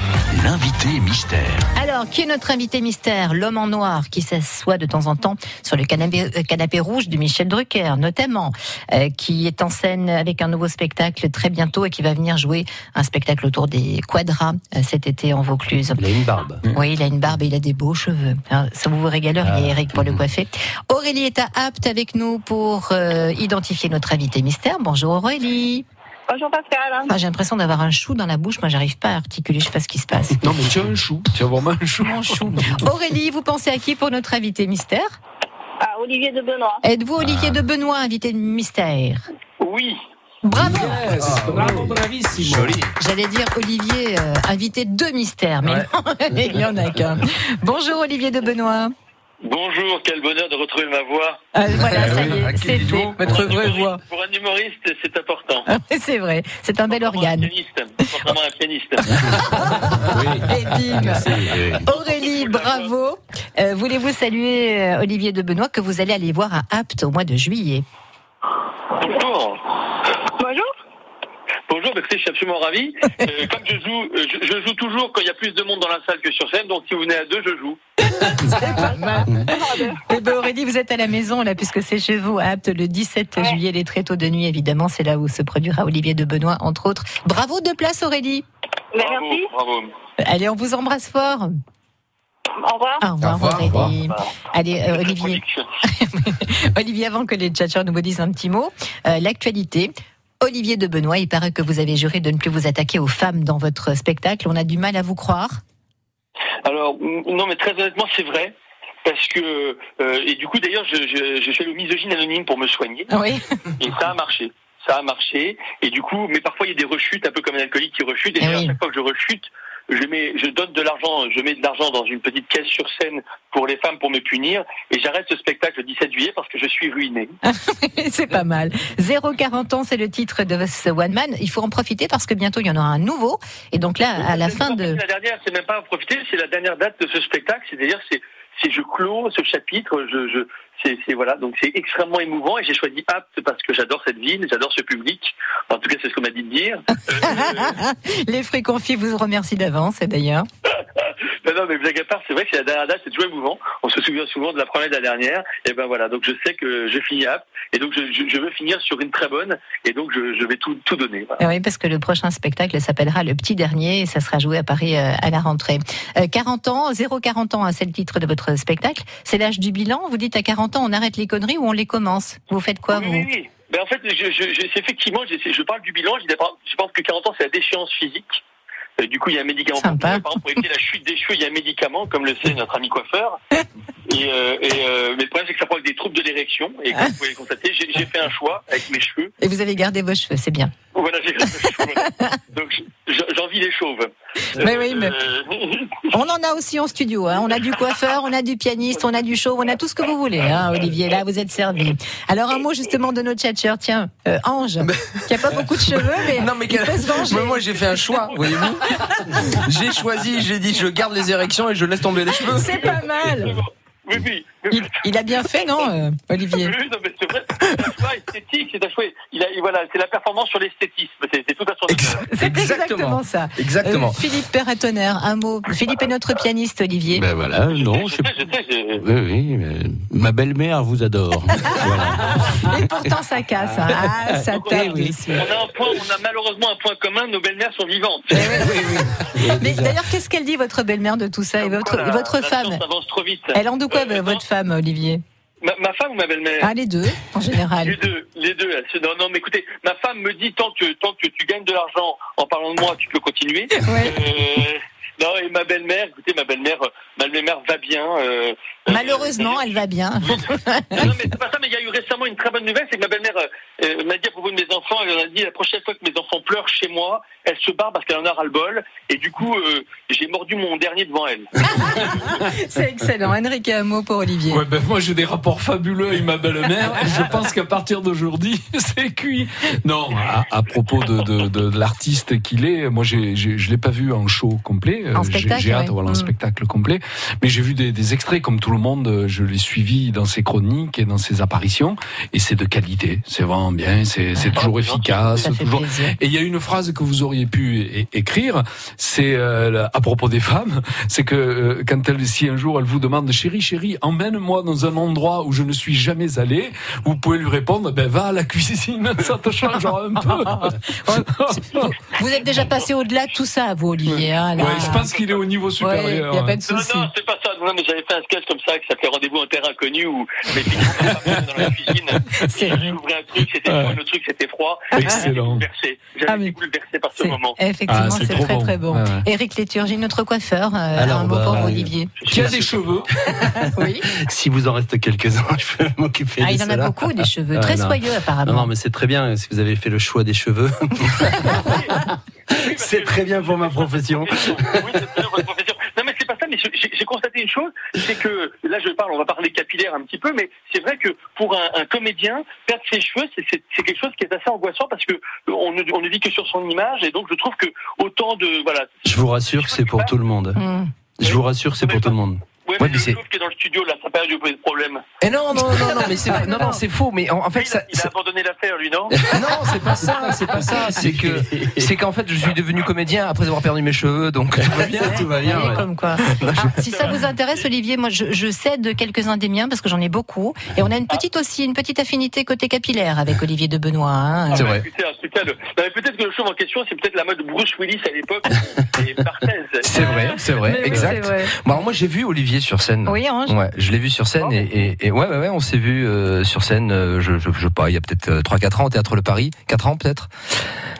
Speaker 1: l'invité mystère.
Speaker 2: Alors, qui est notre invité mystère L'homme en noir qui s'assoit de temps en temps sur le canapé, euh, canapé rouge de Michel Drucker, notamment, euh, qui est en scène avec un nouveau spectacle très bientôt et qui va venir jouer un spectacle autour des quadras euh, cet été en Vaucluse. Mm.
Speaker 4: Il a une barbe.
Speaker 2: Oui, il a une barbe et il a des beaux cheveux. Hein, Ça vous vous
Speaker 4: Ah.
Speaker 2: régaleriez, Eric, pour le
Speaker 4: Mm.
Speaker 2: coiffer. Aurélie est à apte avec nous pour euh, identifier notre invité mystère. Bonjour Aurélie.
Speaker 8: Bonjour Pascal.
Speaker 2: Ah, J'ai l'impression d'avoir un chou dans la bouche. Moi, j'arrive pas à articuler. Je sais pas ce qui se passe.
Speaker 5: Non, mais tu as un chou, tu as vraiment un chou.
Speaker 2: Mon chou. Oh, Aurélie, vous pensez à qui pour notre invité mystère
Speaker 8: Ah, Olivier de Benoît.
Speaker 2: Êtes-vous Olivier de Benoît, invité de mystère
Speaker 8: Oui.
Speaker 2: Bravo
Speaker 5: Bravo,
Speaker 2: [LAUGHS]
Speaker 3: Joli.
Speaker 2: J'allais dire Olivier, euh, invité de mystère, mais
Speaker 3: Ouais.
Speaker 2: non, [LAUGHS] il y en a qu'un. Bonjour Olivier de Benoît.
Speaker 10: Bonjour, quel bonheur de retrouver ma voix.
Speaker 2: Euh, voilà, ça
Speaker 3: Eh
Speaker 2: y
Speaker 3: oui, à
Speaker 2: est,
Speaker 3: qui
Speaker 2: c'est
Speaker 3: dit
Speaker 2: fait.
Speaker 3: donc Votre vraie voix.
Speaker 10: Pour un humoriste, c'est important.
Speaker 2: [LAUGHS] C'est vrai, c'est un bel
Speaker 10: Contrairement à un
Speaker 2: organe.
Speaker 10: pianiste, Contrairement à un
Speaker 2: [LAUGHS]
Speaker 10: pianiste.
Speaker 2: Et bim. Aurélie, bravo. Euh, Voulez-vous saluer euh, Olivier de Benoît que vous allez aller voir à Apt au mois de juillet
Speaker 10: Bonjour.
Speaker 8: Bonjour.
Speaker 10: Bonjour, bah, écoutez, je suis absolument ravi. Euh, comme je joue, euh, je, je joue toujours quand il y a plus de monde dans la salle que sur scène, donc si vous venez à deux, je joue.
Speaker 4: [LAUGHS]
Speaker 2: Eh ben, Aurélie, vous êtes à la maison là puisque c'est chez vous à Apt le 17 juillet, les tréteaux de nuit évidemment, c'est là où se produira Olivier de Benoît entre autres. Bravo de place Aurélie.
Speaker 8: Ben,
Speaker 10: bravo,
Speaker 8: merci.
Speaker 10: bravo.
Speaker 2: Allez, on vous embrasse fort.
Speaker 8: Au revoir.
Speaker 2: Au revoir,
Speaker 3: Au revoir, au revoir.
Speaker 2: Aurélie. Allez euh, Olivier,
Speaker 10: Production.
Speaker 2: [LAUGHS] Olivier avant que les tchatcheurs nous vous disent un petit mot, euh, l'actualité Olivier de Benoît, il paraît que vous avez juré de ne plus vous attaquer aux femmes dans votre spectacle. On a du mal à vous croire. [LAUGHS]
Speaker 10: Alors, m- non, mais très honnêtement, c'est vrai. Parce que, euh, et du coup, d'ailleurs, je, je, je suis allé au misogyne anonyme pour me soigner,
Speaker 2: Oui.
Speaker 10: et ça a marché. Ça a marché, et du coup, mais parfois il y a des rechutes, un peu comme un alcoolique qui rechute, et
Speaker 2: Eh
Speaker 10: d'ailleurs,
Speaker 2: oui.
Speaker 10: à chaque fois que je rechute, je mets, je donne de l'argent, je mets de l'argent dans une petite caisse sur scène pour les femmes pour me punir, et j'arrête ce spectacle le 17 juillet parce que je suis ruiné.
Speaker 2: c'est pas mal. 040 ans, c'est le titre de ce One Man. Il faut en profiter parce que bientôt il y en aura un nouveau. Et donc là, à la
Speaker 10: C'est
Speaker 2: fin
Speaker 10: pas
Speaker 2: de.
Speaker 8: [LAUGHS]
Speaker 2: [LAUGHS]
Speaker 10: La dernière, c'est même pas à profiter, c'est la dernière date de ce spectacle, c'est-à-dire c'est c'est je clôt ce chapitre. Je, je c'est, c'est- voilà, donc c'est extrêmement émouvant et j'ai choisi Apt parce que j'adore cette ville, j'adore ce public. En tout cas, c'est ce qu'on m'a dit de dire.
Speaker 2: Les fruits confits vous remercient d'avance, et d'ailleurs.
Speaker 10: [LAUGHS] Non, non, mais blague à part, c'est vrai que c'est la dernière date, c'est toujours émouvant. On se souvient souvent de la première et de la dernière. Et ben voilà, donc je sais que je finis apte. Et donc je, je- je veux finir sur une très bonne. Et donc je, je vais tout, tout donner. Voilà.
Speaker 2: Ah Oui, parce que le prochain spectacle s'appellera Le Petit Dernier et ça sera joué à Paris euh, à la rentrée. Euh, 40 ans, 0-40 ans, hein, c'est le titre de votre spectacle. C'est l'âge du bilan. Vous dites à 40 ans, on arrête les conneries ou on les commence. Vous faites quoi,
Speaker 10: Oui,
Speaker 2: vous
Speaker 10: oui, oui. Ben, en fait, je, je, je- c'est effectivement, je, je parle du bilan. Je, dis, je pense que 40 ans, c'est la déchéance physique. Euh, Du coup, il y a un médicament.
Speaker 2: Sympa.
Speaker 10: Par exemple, pour éviter la chute des cheveux, il y a un médicament, comme le sait notre ami coiffeur. Et, euh, et, euh, mais le problème, c'est que ça provoque des troubles de l'érection. Et comme vous pouvez le constater, j'ai j'ai fait un choix avec mes cheveux.
Speaker 2: Et vous avez gardé vos cheveux, c'est
Speaker 10: [LAUGHS]
Speaker 2: bien.
Speaker 10: Voilà, j'ai- donc je- j'envie les chauves.
Speaker 2: [LAUGHS] Mais oui, mais-
Speaker 10: euh, [LAUGHS]
Speaker 2: On en a aussi en studio. hein. On a du coiffeur, on a du pianiste, on a du show, on a tout ce que vous voulez. hein, Olivier, là, vous êtes servi. Alors, un mot justement de nos tchatcheurs. Tiens, euh,
Speaker 10: [LAUGHS]
Speaker 2: Ange, qui a pas beaucoup de cheveux, mais, il peut
Speaker 3: [LAUGHS]
Speaker 2: se venger.
Speaker 3: moi j'ai fait un choix, voyez-vous. j'ai choisi, j'ai dit je garde les érections et je laisse tomber les cheveux.
Speaker 2: C'est pas mal.
Speaker 10: Oui, oui.
Speaker 2: Il, il a bien fait, non, euh, Olivier
Speaker 10: Oui, non, mais c'est vrai, c'est un choix esthétique, c'est un choix. Il a, voilà, c'est la performance sur l'esthétisme. C'est c'est tout à son honneur.
Speaker 2: C'est exactement ça.
Speaker 3: Exactement.
Speaker 2: Euh, Philippe Perret-Tonnerre, un mot. Philippe est notre pianiste, Olivier.
Speaker 4: Ben voilà, non, je sais
Speaker 10: Je sais, je sais, je-
Speaker 4: Oui, oui, mais ma belle-mère vous adore.
Speaker 2: Ah, Et pourtant, ça casse. hein. Ah,
Speaker 11: [LAUGHS]
Speaker 2: ça
Speaker 10: Donc, on,
Speaker 4: Eh
Speaker 2: taille.
Speaker 10: a, on a un point, on a malheureusement un point commun. Nos belles-mères sont vivantes.
Speaker 2: Eh Mais d'ailleurs, qu'est-ce qu'elle dit, votre belle-mère, de tout ça Et votre,
Speaker 10: Voilà,
Speaker 2: votre
Speaker 10: la
Speaker 2: femme
Speaker 10: science avance trop vite.
Speaker 2: Elle en de quoi,
Speaker 10: Euh, maintenant,
Speaker 2: votre femme, Olivier
Speaker 10: ma, ma femme ou ma belle-mère
Speaker 2: Ah, les deux, en général.
Speaker 10: [LAUGHS] Les deux, les deux. elles se- Non, non, mais écoutez, ma femme me dit tant que tant que tu gagnes de l'argent en parlant de moi, tu peux continuer.
Speaker 2: Ouais.
Speaker 10: Euh, non, et ma belle-mère, écoutez, ma belle-mère, euh, ma belle-mère va bien. euh,
Speaker 2: Malheureusement, elle va
Speaker 10: [LAUGHS]
Speaker 2: bien.
Speaker 10: Non, mais c'est pas ça, mais il y a eu récemment une très bonne nouvelle, c'est que ma belle-mère euh, euh, m'a dit à propos de mes enfants, elle en a dit la prochaine fois que mes enfants pleurent chez moi, elle se barre parce qu'elle en a ras-le-bol, et du coup, euh, j'ai mordu mon dernier devant elle.
Speaker 2: Ah. C'est excellent. Enrique, un mot pour Olivier.
Speaker 5: Ouais, ben moi j'ai des rapports fabuleux avec ma belle-mère. Je pense qu'à partir d'aujourd'hui, [LAUGHS]
Speaker 4: [LAUGHS]
Speaker 5: c'est cuit. Non, à, à propos de, de- de- de l'artiste qu'il est, moi j'ai, j'ai- je l'ai pas vu en show complet. Euh,
Speaker 2: En
Speaker 5: j'ai-
Speaker 2: spectacle,
Speaker 5: j'ai hâte
Speaker 2: ouais.
Speaker 5: voilà, un
Speaker 2: Mm.
Speaker 5: spectacle complet. Mais j'ai vu des, des extraits comme tout le monde. euh, Je l'ai suivi dans ses chroniques et dans ses apparitions. Et c'est de qualité. C'est vraiment bien. C'est, c'est toujours efficace.
Speaker 2: Ça fait
Speaker 5: Toujours...
Speaker 2: plaisir.
Speaker 5: Et il y a une phrase que vous auriez pu é- écrire, c'est euh, la- à propos des femmes, [LAUGHS] c'est que euh, quand elle, si un jour elle vous demande, chérie, chérie, emmène-moi dans un endroit où je ne suis jamais allé, vous pouvez lui répondre, ben va à la cuisine, [LAUGHS] ça te changera
Speaker 2: [LAUGHS]
Speaker 5: un peu. [LAUGHS]
Speaker 2: Vous êtes déjà passé au-delà de tout ça, vous, Olivier. hein, là.
Speaker 5: Ouais, je pense qu'il est au niveau
Speaker 2: Ouais, Il
Speaker 5: supérieur. hein.
Speaker 2: n'y a pas de
Speaker 10: Non,
Speaker 2: souci.
Speaker 10: non, c'est pas ça. Non, mais j'avais fait un sketch comme ça qui s'appelait Rendez-vous en terre inconnue où mes filles étaient dans la cuisine.
Speaker 2: C'est vrai.
Speaker 10: J'ouvrais un truc, c'était froid, le truc c'était froid.
Speaker 4: Ah,
Speaker 10: J'avais été
Speaker 5: Excellent.
Speaker 10: bouleversé.
Speaker 2: Ah,
Speaker 10: J'avais
Speaker 2: mais-
Speaker 10: été bouleversé par ce
Speaker 2: C'est- [LAUGHS]
Speaker 10: moment.
Speaker 2: Effectivement,
Speaker 5: Ah,
Speaker 2: c'est
Speaker 5: c'est trop
Speaker 2: très
Speaker 5: bon.
Speaker 2: très bon.
Speaker 5: Ouais, ouais.
Speaker 2: Éric Léturgie, notre coiffeur, euh,
Speaker 6: Alors,
Speaker 2: un mot
Speaker 6: bah,
Speaker 2: pour vous,
Speaker 6: euh,
Speaker 2: Olivier.
Speaker 5: Qui a des cheveux
Speaker 2: Oui.
Speaker 6: Si vous en reste quelques-uns, [LAUGHS] je peux m'occuper
Speaker 2: Ah,
Speaker 6: de
Speaker 2: il en a
Speaker 6: cela.
Speaker 2: beaucoup des cheveux,
Speaker 6: Ah,
Speaker 2: très
Speaker 6: non.
Speaker 2: soyeux
Speaker 6: Non,
Speaker 2: apparemment.
Speaker 6: non, mais c'est très bien si vous avez fait le choix des cheveux. [LAUGHS]
Speaker 10: Oui, parce
Speaker 6: C'est
Speaker 10: que-
Speaker 6: très bien pour ma profession.
Speaker 10: Oui, c'est très bien pour votre profession. Non, mais c'est pas ça, mais je- j'ai j'ai constaté une chose, c'est que, là, je parle, on va parler capillaire un petit peu, mais c'est vrai que pour un, un comédien, perdre ses cheveux, c'est- c'est c'est quelque chose qui est assez angoissant parce que on ne, on ne vit que sur son image, et donc je trouve que autant de, voilà.
Speaker 6: Je vous rassure que c'est pour tout le monde.
Speaker 2: Hum.
Speaker 6: Je vous rassure que c'est pour tout le monde.
Speaker 10: Ouais,
Speaker 3: Ouais, mais
Speaker 10: mais
Speaker 3: c'est-
Speaker 10: le pauvre qui est dans le studio, là, ça peut lui poser problème.
Speaker 3: Et non, non, non, non, mais c'est non, non, c'est faux. Mais en, en fait,
Speaker 10: il, a-
Speaker 3: ça,
Speaker 10: il a abandonné l'affaire, lui, non
Speaker 3: ça- non, c'est pas ça, c'est pas ça. C'est que c'est qu'en fait, je suis devenu comédien après avoir perdu mes cheveux, donc tout va bien.
Speaker 6: Tout va bien.
Speaker 2: Voyez
Speaker 6: ouais.
Speaker 2: comme quoi. Ah, Alors, si ça vous intéresse, Olivier, moi je, je cède quelques-uns des miens parce que j'en ai beaucoup. Et on a une petite aussi, une petite affinité côté capillaire avec Olivier de Benoît. hein.
Speaker 3: Ah, C'est vrai.
Speaker 10: Écoutez, en tout cas, le- non, mais Peut-être que le chauve en question, c'est peut-être la mode Bruce Willis à l'époque et Barthez.
Speaker 3: C'est vrai, c'est
Speaker 2: Mais
Speaker 3: vrai,
Speaker 2: oui,
Speaker 3: exact.
Speaker 2: c'est vrai.
Speaker 3: Bon, alors moi, j'ai vu Olivier sur scène.
Speaker 2: Oui, hein, Ange.
Speaker 3: Ouais, je l'ai vu sur scène et, et- et- ouais, ouais, ouais, on s'est vu euh, sur scène, euh, je, je, je sais pas, il y a peut-être 3-4 ans au Théâtre Le Paris, 4 ans peut-être.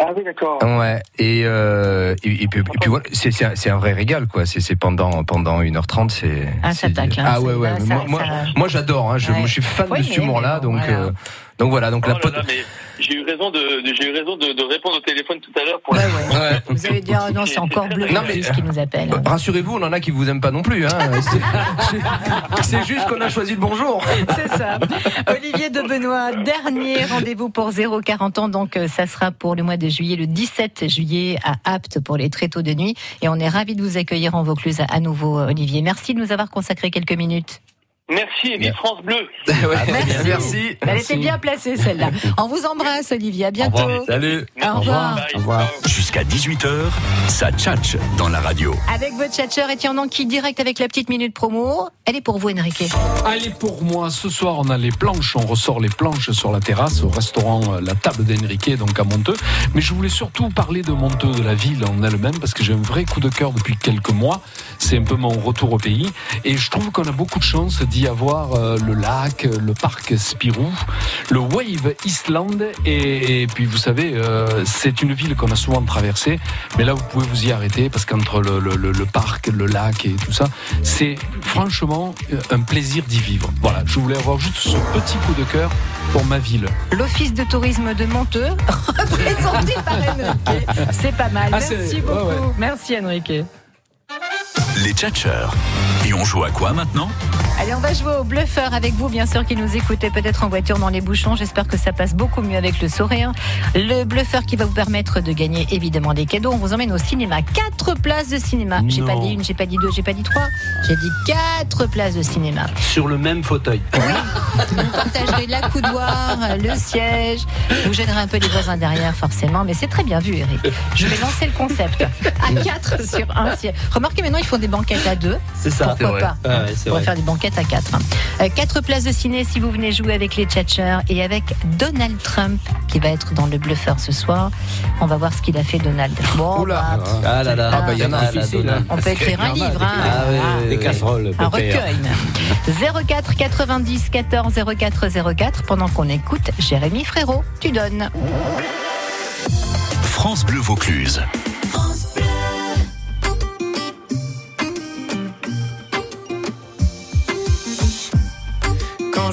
Speaker 10: Ah oui, d'accord.
Speaker 3: Ouais, et, euh, et, et puis, et puis voilà, c'est- c'est un, c'est un vrai régal, quoi. C'est c'est pendant, pendant 1h30, c'est.
Speaker 2: Ah, ça
Speaker 3: c'est-
Speaker 2: tacle, hein,
Speaker 3: Ah ouais,
Speaker 2: ça-
Speaker 3: ouais.
Speaker 2: ça-
Speaker 3: moi, moi,
Speaker 2: ça-
Speaker 3: moi, j'adore, hein, je,
Speaker 2: Ouais.
Speaker 3: moi, je suis fan
Speaker 2: Oui,
Speaker 3: de
Speaker 2: mais-
Speaker 3: ce humour-là,
Speaker 2: mais bon,
Speaker 3: donc
Speaker 2: voilà.
Speaker 3: euh, Donc voilà, donc
Speaker 10: Oh
Speaker 3: la
Speaker 10: là
Speaker 3: pote.
Speaker 10: là, mais j'ai eu raison de, de- j'ai eu raison de, de répondre au téléphone tout à l'heure pour la-
Speaker 3: Ouais.
Speaker 2: Vous allez dire, ah non, c'est encore bleu
Speaker 3: Non, mais-
Speaker 2: ce qui nous appelle.
Speaker 3: Rassurez-vous, on en a qui vous aiment pas non
Speaker 2: [LAUGHS]
Speaker 3: plus. Hein. C'est- C'est juste qu'on a choisi le bonjour.
Speaker 2: C'est ça. Olivier de Benoît,
Speaker 3: [LAUGHS]
Speaker 2: dernier rendez-vous pour 040 ans. Donc, euh, ça sera pour le mois de juillet, le 17 juillet à Apt pour les tréteaux de nuit. Et on est ravis de vous accueillir en Vaucluse à- à nouveau, euh, Olivier. Merci de nous avoir consacré quelques minutes.
Speaker 10: Merci et vive France
Speaker 4: [LAUGHS]
Speaker 10: Bleu.
Speaker 3: Merci.
Speaker 2: Elle était bien placée, celle-là. On vous embrasse, Olivier. À bientôt.
Speaker 1: Salut.
Speaker 2: Au revoir.
Speaker 1: Au revoir. Jusqu'à 18h, ça tchatche dans la radio.
Speaker 2: Avec votre chatcheur Étienne Anki, direct avec la petite minute promo. Elle est pour vous, Enrique.
Speaker 5: Allez pour moi, ce soir on a les planches, on ressort les planches sur la terrasse au restaurant euh, La Table d'Enrique, donc à Monteux. Mais je voulais surtout parler de Monteux, de la ville en elle-même, parce que j'ai un vrai coup de cœur depuis quelques mois. C'est un peu mon retour au pays. Et je trouve qu'on a beaucoup de chance d'y avoir euh, le lac, euh, le parc Spirou, le Wave Island. Et, et puis vous savez, euh, c'est une ville qu'on a souvent traversée. Mais là, vous pouvez vous y arrêter, parce qu'entre le- le- le- le parc, le lac et tout ça, c'est franchement euh, un plaisir d'y vivre. Voilà, je voulais avoir juste ce petit coup de cœur pour ma ville.
Speaker 2: L'Office de tourisme de Monteux, [LAUGHS] représenté par Enrique. C'est pas mal.
Speaker 5: Ah, c'est-
Speaker 2: Merci
Speaker 5: ouais,
Speaker 2: beaucoup.
Speaker 5: ouais.
Speaker 2: Merci, Enrique.
Speaker 1: Les tchatcheurs. Et on joue à quoi maintenant
Speaker 2: Allez, on va jouer au bluffeur avec vous, bien sûr, qui nous écoutez peut-être en voiture dans les bouchons. J'espère que ça passe beaucoup mieux avec le sourire. Le bluffeur qui va vous permettre de gagner évidemment des cadeaux. On vous emmène au cinéma. Quatre places de cinéma. J'ai
Speaker 6: Non.
Speaker 2: pas dit une, j'ai pas dit deux, j'ai pas dit trois. J'ai dit quatre places de cinéma.
Speaker 6: Sur le même fauteuil.
Speaker 2: Vous partagerez la coudoir, le siège. Vous gênerez un peu les voisins derrière, forcément, mais c'est très bien vu, Eric. Je vais lancer le concept. À 4 sur un siège. Remarquez maintenant, ils font des banquettes à deux.
Speaker 6: C'est ça.
Speaker 2: Pourquoi
Speaker 6: C'est vrai.
Speaker 2: pas hein.
Speaker 6: Ah ouais, c'est
Speaker 2: On va
Speaker 6: vrai.
Speaker 2: faire des banquettes à 4. 4 places de ciné si vous venez jouer avec les tchatcheurs et avec Donald Trump qui va être dans le bluffeur ce soir. On va voir ce qu'il a fait, Donald. Bon, bah,
Speaker 6: Ah là là.
Speaker 2: Ah
Speaker 4: ben,
Speaker 2: bah,
Speaker 6: il y en a difficile.
Speaker 4: hein.
Speaker 2: on peut écrire un livre. hein.
Speaker 6: Ah ouais,
Speaker 2: Ah.
Speaker 6: ouais,
Speaker 4: Des
Speaker 6: ouais.
Speaker 4: casseroles,
Speaker 2: Un
Speaker 4: pépère.
Speaker 2: recueil. 04 90 14 04 04 pendant qu'on écoute Jérémy Frérot. Tu donnes.
Speaker 1: France Bleu Vaucluse.
Speaker 12: Quand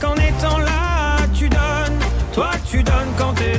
Speaker 12: qu'en étant là, tu donnes. Toi, tu donnes quand t'es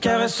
Speaker 12: caresse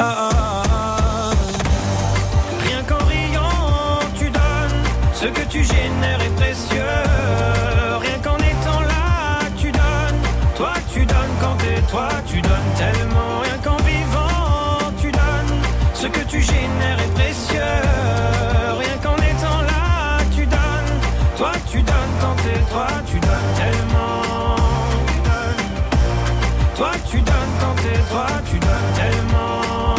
Speaker 12: Ah ah, ah. Rien qu'en riant, tu donnes ce que tu génères est précieux. Rien qu'en étant là, tu donnes. Toi, tu donnes quand t'es toi, tu donnes tellement. Rien qu'en vivant, tu donnes ce que tu génères est précieux. Rien qu'en étant là, tu donnes. Toi, tu donnes quand t'es toi, tu donnes tellement. Tu donnes. Toi tu donnes tellement.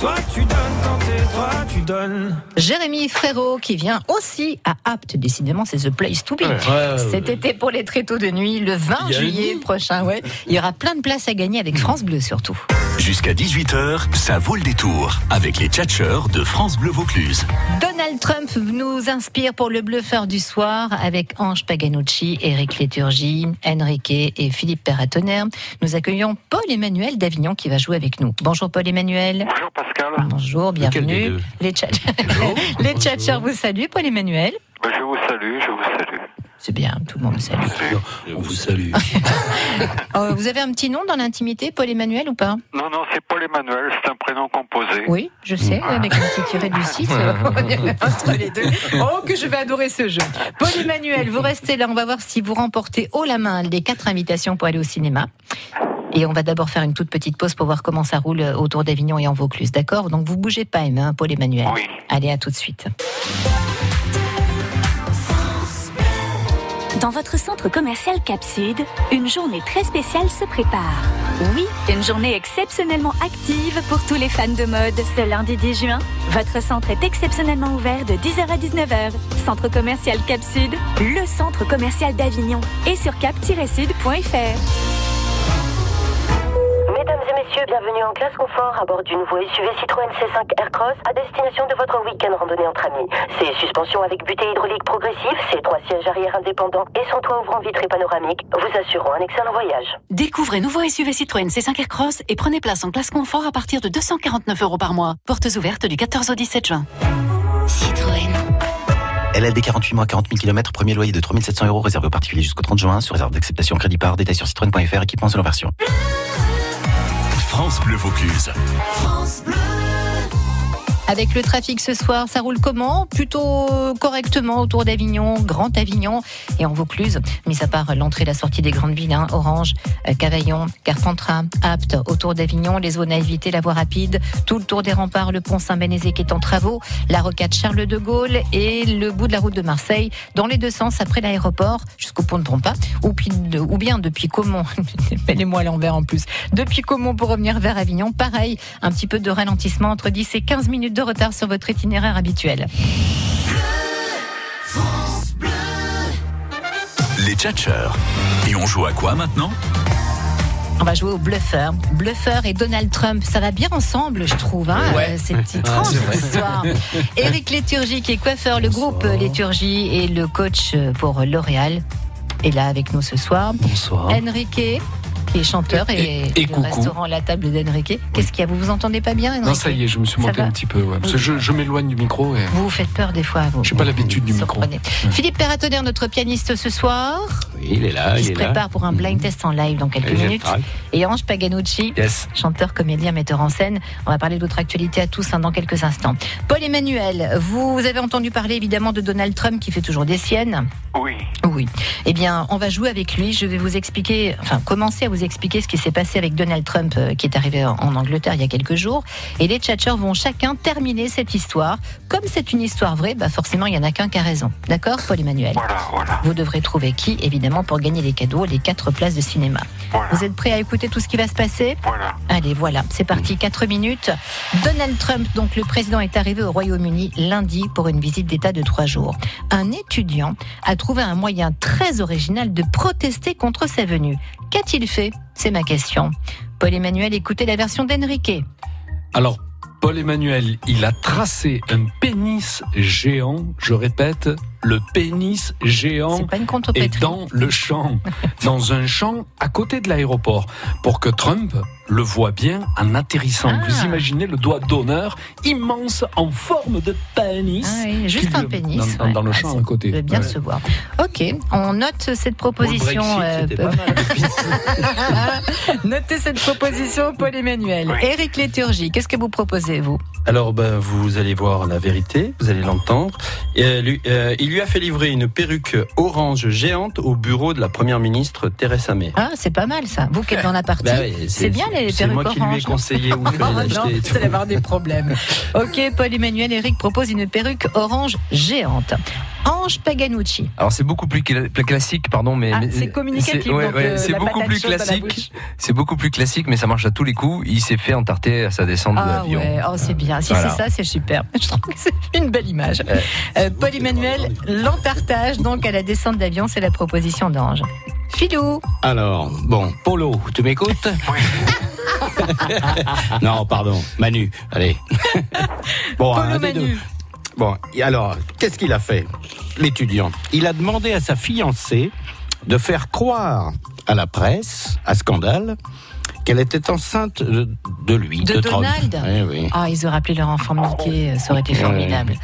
Speaker 12: Toi tu donnes quand t'es toi tu donnes.
Speaker 2: Jérémy Frérot qui vient aussi à Apt, décidément c'est The Place to Be.
Speaker 12: Ouais, ouais,
Speaker 2: Cet
Speaker 12: ouais.
Speaker 2: été pour les tréteaux de nuit, le 20
Speaker 1: Il y a une
Speaker 2: juillet prochain, ouais, il y aura plein de places à gagner avec France Bleu surtout.
Speaker 1: Jusqu'à 18h, ça vaut le détour avec les tchatcheurs de France Bleu Vaucluse.
Speaker 2: Donald Trump nous inspire pour le bluffeur du soir avec Ange Paganucci, Éric Léturgie, Enrique et Philippe Perratonner. Nous accueillons Paul-Emmanuel d'Avignon qui va jouer avec nous. Bonjour Paul-Emmanuel. Bonjour Pascal. Bonjour,
Speaker 13: des
Speaker 2: bienvenue.
Speaker 13: deux
Speaker 2: Les, tcha- [LAUGHS] Les tchatcheurs vous saluent, Paul-Emmanuel.
Speaker 13: Bah, Je vous salue, je vous salue.
Speaker 2: C'est bien, tout le monde vous salue.
Speaker 13: On vous salue.
Speaker 2: Euh, vous avez un petit nom dans l'intimité, Paul-Emmanuel ou pas
Speaker 13: [LAUGHS] Non, non, c'est Paul Emmanuel, c'est un prénom composé.
Speaker 2: Oui, je sais, avec un petit tiré du 6 euh, on est [LAUGHS] entre les deux. Oh, que je vais adorer ce jeu. Paul Emmanuel, vous restez là, on va voir si vous remportez haut la main les quatre invitations pour aller au cinéma. Et on va d'abord faire une toute petite pause pour voir comment ça roule euh, autour d'Avignon et en Vaucluse, d'accord Donc vous bougez pas, hein, Paul Emmanuel. Allez, à tout de suite.
Speaker 14: Dans votre centre commercial Cap Sud, une journée très spéciale se prépare. Oui, une journée exceptionnellement active pour tous les fans de mode. Ce lundi 10 juin, votre centre est exceptionnellement ouvert de 10h à 19h. Centre commercial Cap Sud, le centre commercial d'Avignon et sur cap-sud.fr.
Speaker 15: Mesdames et messieurs, bienvenue en classe confort à bord du nouveau SUV Citroën C5 Aircross à destination de votre week-end randonnée entre amis. C'est suspension avec butée hydraulique progressive, ses trois sièges arrière indépendants et son toit ouvrant vitré panoramique vous assureront un excellent voyage.
Speaker 16: Découvrez nouveau SUV Citroën C5 Aircross et prenez place en classe confort à partir de 249 euros par mois. Portes ouvertes du 14 au 17 juin. Citroën.
Speaker 17: LLD 48 mois, 40 000 km, premier loyer de 3700 euros réservé aux particuliers jusqu'au 30 juin, sous réserve d'acceptation crédit par détail sur citroën.fr, équipement selon version.
Speaker 1: France Bleu Vaucluse.
Speaker 2: Avec le trafic ce soir, ça roule comment Plutôt correctement autour d'Avignon, Grand Avignon et en Vaucluse, mis à part l'entrée et la sortie des grandes villes, hein, Orange, euh, Cavaillon, Carpentras, Apt, autour d'Avignon, les zones à éviter, la voie rapide, tout le tour des remparts, le pont Saint-Bénézé qui est en travaux, la rocade Charles de Gaulle et le bout de la route de Marseille, dans les deux sens, après l'aéroport jusqu'au pont de Trompas, ou, puis- ou bien depuis Caumont, [LAUGHS] appelez-moi à l'envers en plus, depuis Caumont pour revenir vers Avignon, pareil, un petit peu de ralentissement entre 10 et 15 minutes de retard sur votre itinéraire habituel.
Speaker 1: Les tchatcheurs. Et on joue à quoi maintenant
Speaker 2: On va jouer au bluffeur. Bluffeur et Donald Trump, ça va bien ensemble, je trouve. Hein
Speaker 1: Ouais.
Speaker 2: euh, C'est étrange
Speaker 1: Ouais, c'est vrai.
Speaker 2: cette histoire. [LAUGHS] Éric Léturgie, qui est coiffeur, le groupe Léturgie et le coach pour L'Oréal, est là avec nous ce soir.
Speaker 4: Bonsoir.
Speaker 2: Enrique, qui est chanteur et,
Speaker 5: Et- et
Speaker 2: le
Speaker 5: coucou.
Speaker 2: restaurant La Table d'Enrique. Qu'est-ce qu'il y a Vous vous entendez pas bien, Enrique
Speaker 5: Non, ça y est, je me suis
Speaker 2: Ça
Speaker 5: monté
Speaker 2: va
Speaker 5: un petit peu. ouais, parce que je je m'éloigne du micro. Et...
Speaker 2: Vous vous faites peur des fois. Vous.
Speaker 5: Je n'ai pas l'habitude du micro.
Speaker 2: Philippe Perratonner, notre pianiste ce soir,
Speaker 4: Il est là,
Speaker 2: qui
Speaker 4: il
Speaker 2: se
Speaker 4: est là. Mhm.
Speaker 2: prépare pour un blind test en live dans quelques
Speaker 4: Et j'ai le
Speaker 2: minutes.
Speaker 4: trac.
Speaker 2: Et Ange Paganucci, chanteur, comédien, metteur en scène. On va parler d'autres actualités à tous hein, dans quelques instants. Paul Emmanuel, vous avez entendu parler évidemment de Donald Trump qui fait toujours des siennes.
Speaker 13: Oui.
Speaker 2: Oui. Eh bien, on va jouer avec lui. Je vais vous expliquer, enfin, commencer à vous expliquer ce qui s'est passé avec Donald Trump euh, qui est arrivé en en Angleterre il y a quelques jours. Et les tchatcheurs vont chacun terminer cette histoire. Comme c'est une histoire vraie, bah forcément, il n'y en a qu'un qui a raison. D'accord, Paul Emmanuel Vous devrez trouver qui, évidemment, pour gagner les cadeaux, les quatre places de cinéma. Vous êtes prêts à écouter tout ce qui va se passer Allez, voilà, c'est parti, 4 minutes. Donald Trump, donc le président, est arrivé au Royaume-Uni lundi pour une visite d'État de trois jours. Un étudiant a trouvé un moyen très original de protester contre sa venue. Qu'a-t-il fait C'est ma question. Paul Emmanuel, écoutez la version d'Enrique.
Speaker 5: Alors, Paul Emmanuel, il a tracé un pénis géant, je répète, le pénis géant est dans
Speaker 2: [LAUGHS]
Speaker 5: le champ, dans un champ à côté de l'aéroport, pour que Trump le voit bien en atterrissant.
Speaker 2: Ah.
Speaker 5: Vous imaginez le doigt d'honneur immense en forme de pénis.
Speaker 2: Ah oui, juste
Speaker 5: qu'il
Speaker 2: un
Speaker 5: le-
Speaker 2: pénis,
Speaker 5: Dans, dans-
Speaker 2: ouais.
Speaker 5: dans le
Speaker 2: Ah,
Speaker 5: champ
Speaker 2: c'est-
Speaker 5: à côté.
Speaker 2: veut bien
Speaker 5: Ouais.
Speaker 2: se voir. Ok, on note cette proposition.
Speaker 5: Pour le Brexit, c'était
Speaker 2: Paul.
Speaker 5: pas
Speaker 2: [LAUGHS] Notez cette proposition, Paul Emmanuel. Éric Léturgie, qu'est-ce que vous proposez, vous
Speaker 6: Alors, ben, vous allez voir la vérité, vous allez l'entendre. Et, euh, lui- euh, il lui a fait livrer une perruque orange géante au bureau de la première ministre Theresa May.
Speaker 2: Ah, c'est pas mal ça. Vous qui êtes dans la partie,
Speaker 6: Bah ouais,
Speaker 2: c'est
Speaker 6: c'est-
Speaker 2: bien les
Speaker 6: c'est
Speaker 2: perruques
Speaker 6: moi qui lui ai
Speaker 2: oranges, non [LAUGHS]
Speaker 6: conseillé où je vais
Speaker 2: Ah,
Speaker 6: les
Speaker 2: non,
Speaker 6: acheter et
Speaker 2: vous
Speaker 6: tout.
Speaker 2: allez avoir des problèmes. ok, Paul Emmanuel Eric propose une perruque orange géante. Ange Paganucci.
Speaker 3: Alors c'est beaucoup plus cla- plus classique, pardon, mais
Speaker 2: Ah,
Speaker 3: mais-
Speaker 2: c'est communicatif,
Speaker 3: ouais,
Speaker 2: donc,
Speaker 3: ouais,
Speaker 2: euh,
Speaker 3: c'est
Speaker 2: la
Speaker 3: beaucoup
Speaker 2: patate
Speaker 3: plus
Speaker 2: chaude à la
Speaker 3: classique.
Speaker 2: bouche.
Speaker 3: C'est beaucoup plus classique, mais ça marche à tous les coups. Il s'est fait entarter à sa descente de
Speaker 2: Ah
Speaker 3: l'avion.
Speaker 2: ouais, oh, c'est bien. Si
Speaker 3: Voilà.
Speaker 2: c'est ça, c'est super. [LAUGHS] Je trouve que c'est une belle image. Euh, Paul Emmanuel l'empartage donc à la descente d'avion, c'est la proposition d'Ange. Filou,
Speaker 4: Alors, bon, Polo, tu m'écoutes [LAUGHS] Non, pardon, Manu,
Speaker 2: [LAUGHS]
Speaker 4: allez. bon, un des deux. Bon, et alors, qu'est-ce qu'il a fait, l'étudiant Il a demandé à sa fiancée de faire croire à la presse, à Scandale, qu'elle était enceinte de, de lui,
Speaker 2: de,
Speaker 4: de, Trump.
Speaker 2: Donald.
Speaker 4: Oui, oui.
Speaker 2: Ah, ils auraient appelé leur enfant Mickey, euh, ça aurait été
Speaker 4: Ouais.
Speaker 2: formidable.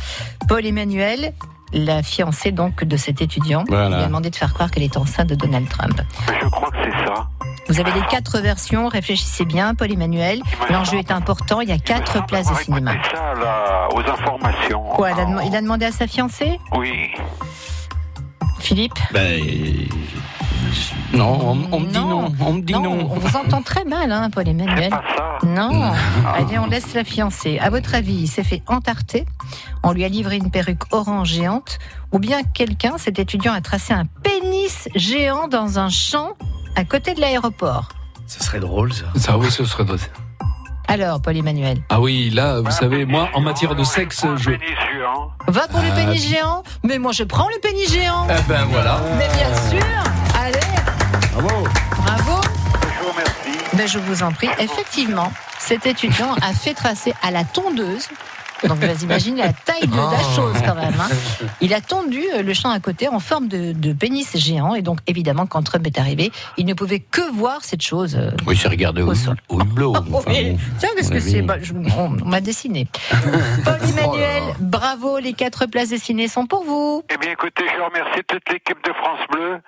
Speaker 2: Paul Emmanuel, la fiancée donc de cet étudiant,
Speaker 13: Voilà.
Speaker 2: lui a demandé de faire croire qu'elle est enceinte de Donald Trump.
Speaker 13: Je crois que c'est ça.
Speaker 2: Vous avez les quatre versions, réfléchissez bien, Paul Emmanuel. L'enjeu est important, il y a quatre places de cinéma.
Speaker 13: C'est ça, là, Ah, aux informations.
Speaker 2: Quoi, il a dem- il a demandé à sa fiancée
Speaker 13: Oui.
Speaker 2: Philippe
Speaker 4: Ben, non, on, on me dit non, on me dit non.
Speaker 2: On vous entend très mal, hein, Paul Emmanuel. Non. Allez, on laisse la fiancée. À votre avis, il s'est fait entarter. On lui a livré une perruque orange géante. Ou bien quelqu'un, cet étudiant, a tracé un pénis géant dans un champ à côté de l'aéroport.
Speaker 5: Ce serait drôle, ça. Ça, oui, ce serait drôle.
Speaker 2: Alors, Paul Emmanuel.
Speaker 5: Ah oui, là, vous savez, moi, en matière de sexe, je.
Speaker 2: Va pour le
Speaker 5: Ah,
Speaker 2: pénis
Speaker 5: puis-
Speaker 2: géant Mais moi, je prends le pénis géant
Speaker 5: Eh ben voilà.
Speaker 2: Mais bien sûr Allez
Speaker 4: Bravo
Speaker 2: Bravo Mais je vous en prie, effectivement, cet étudiant a fait tracer à la tondeuse. Donc, vous imaginez la taille de la
Speaker 18: Oh.
Speaker 2: chose quand même. hein. Il a tondu euh, le champ à côté en forme de, de pénis géant. Et donc, évidemment, quand Trump est arrivé, il ne pouvait que voir cette chose. euh,
Speaker 4: Oui, c'est regarder au, au hublot.
Speaker 2: Oh, [LAUGHS] oui. Tiens, qu'est-ce
Speaker 4: on
Speaker 2: que
Speaker 4: a
Speaker 2: c'est
Speaker 4: vu.
Speaker 2: Bah, je- On, on m'a dessiné. Paul Emmanuel, bravo, les quatre places dessinées sont pour vous.
Speaker 13: Eh bien, écoutez, je remercie toute l'équipe de France Bleu.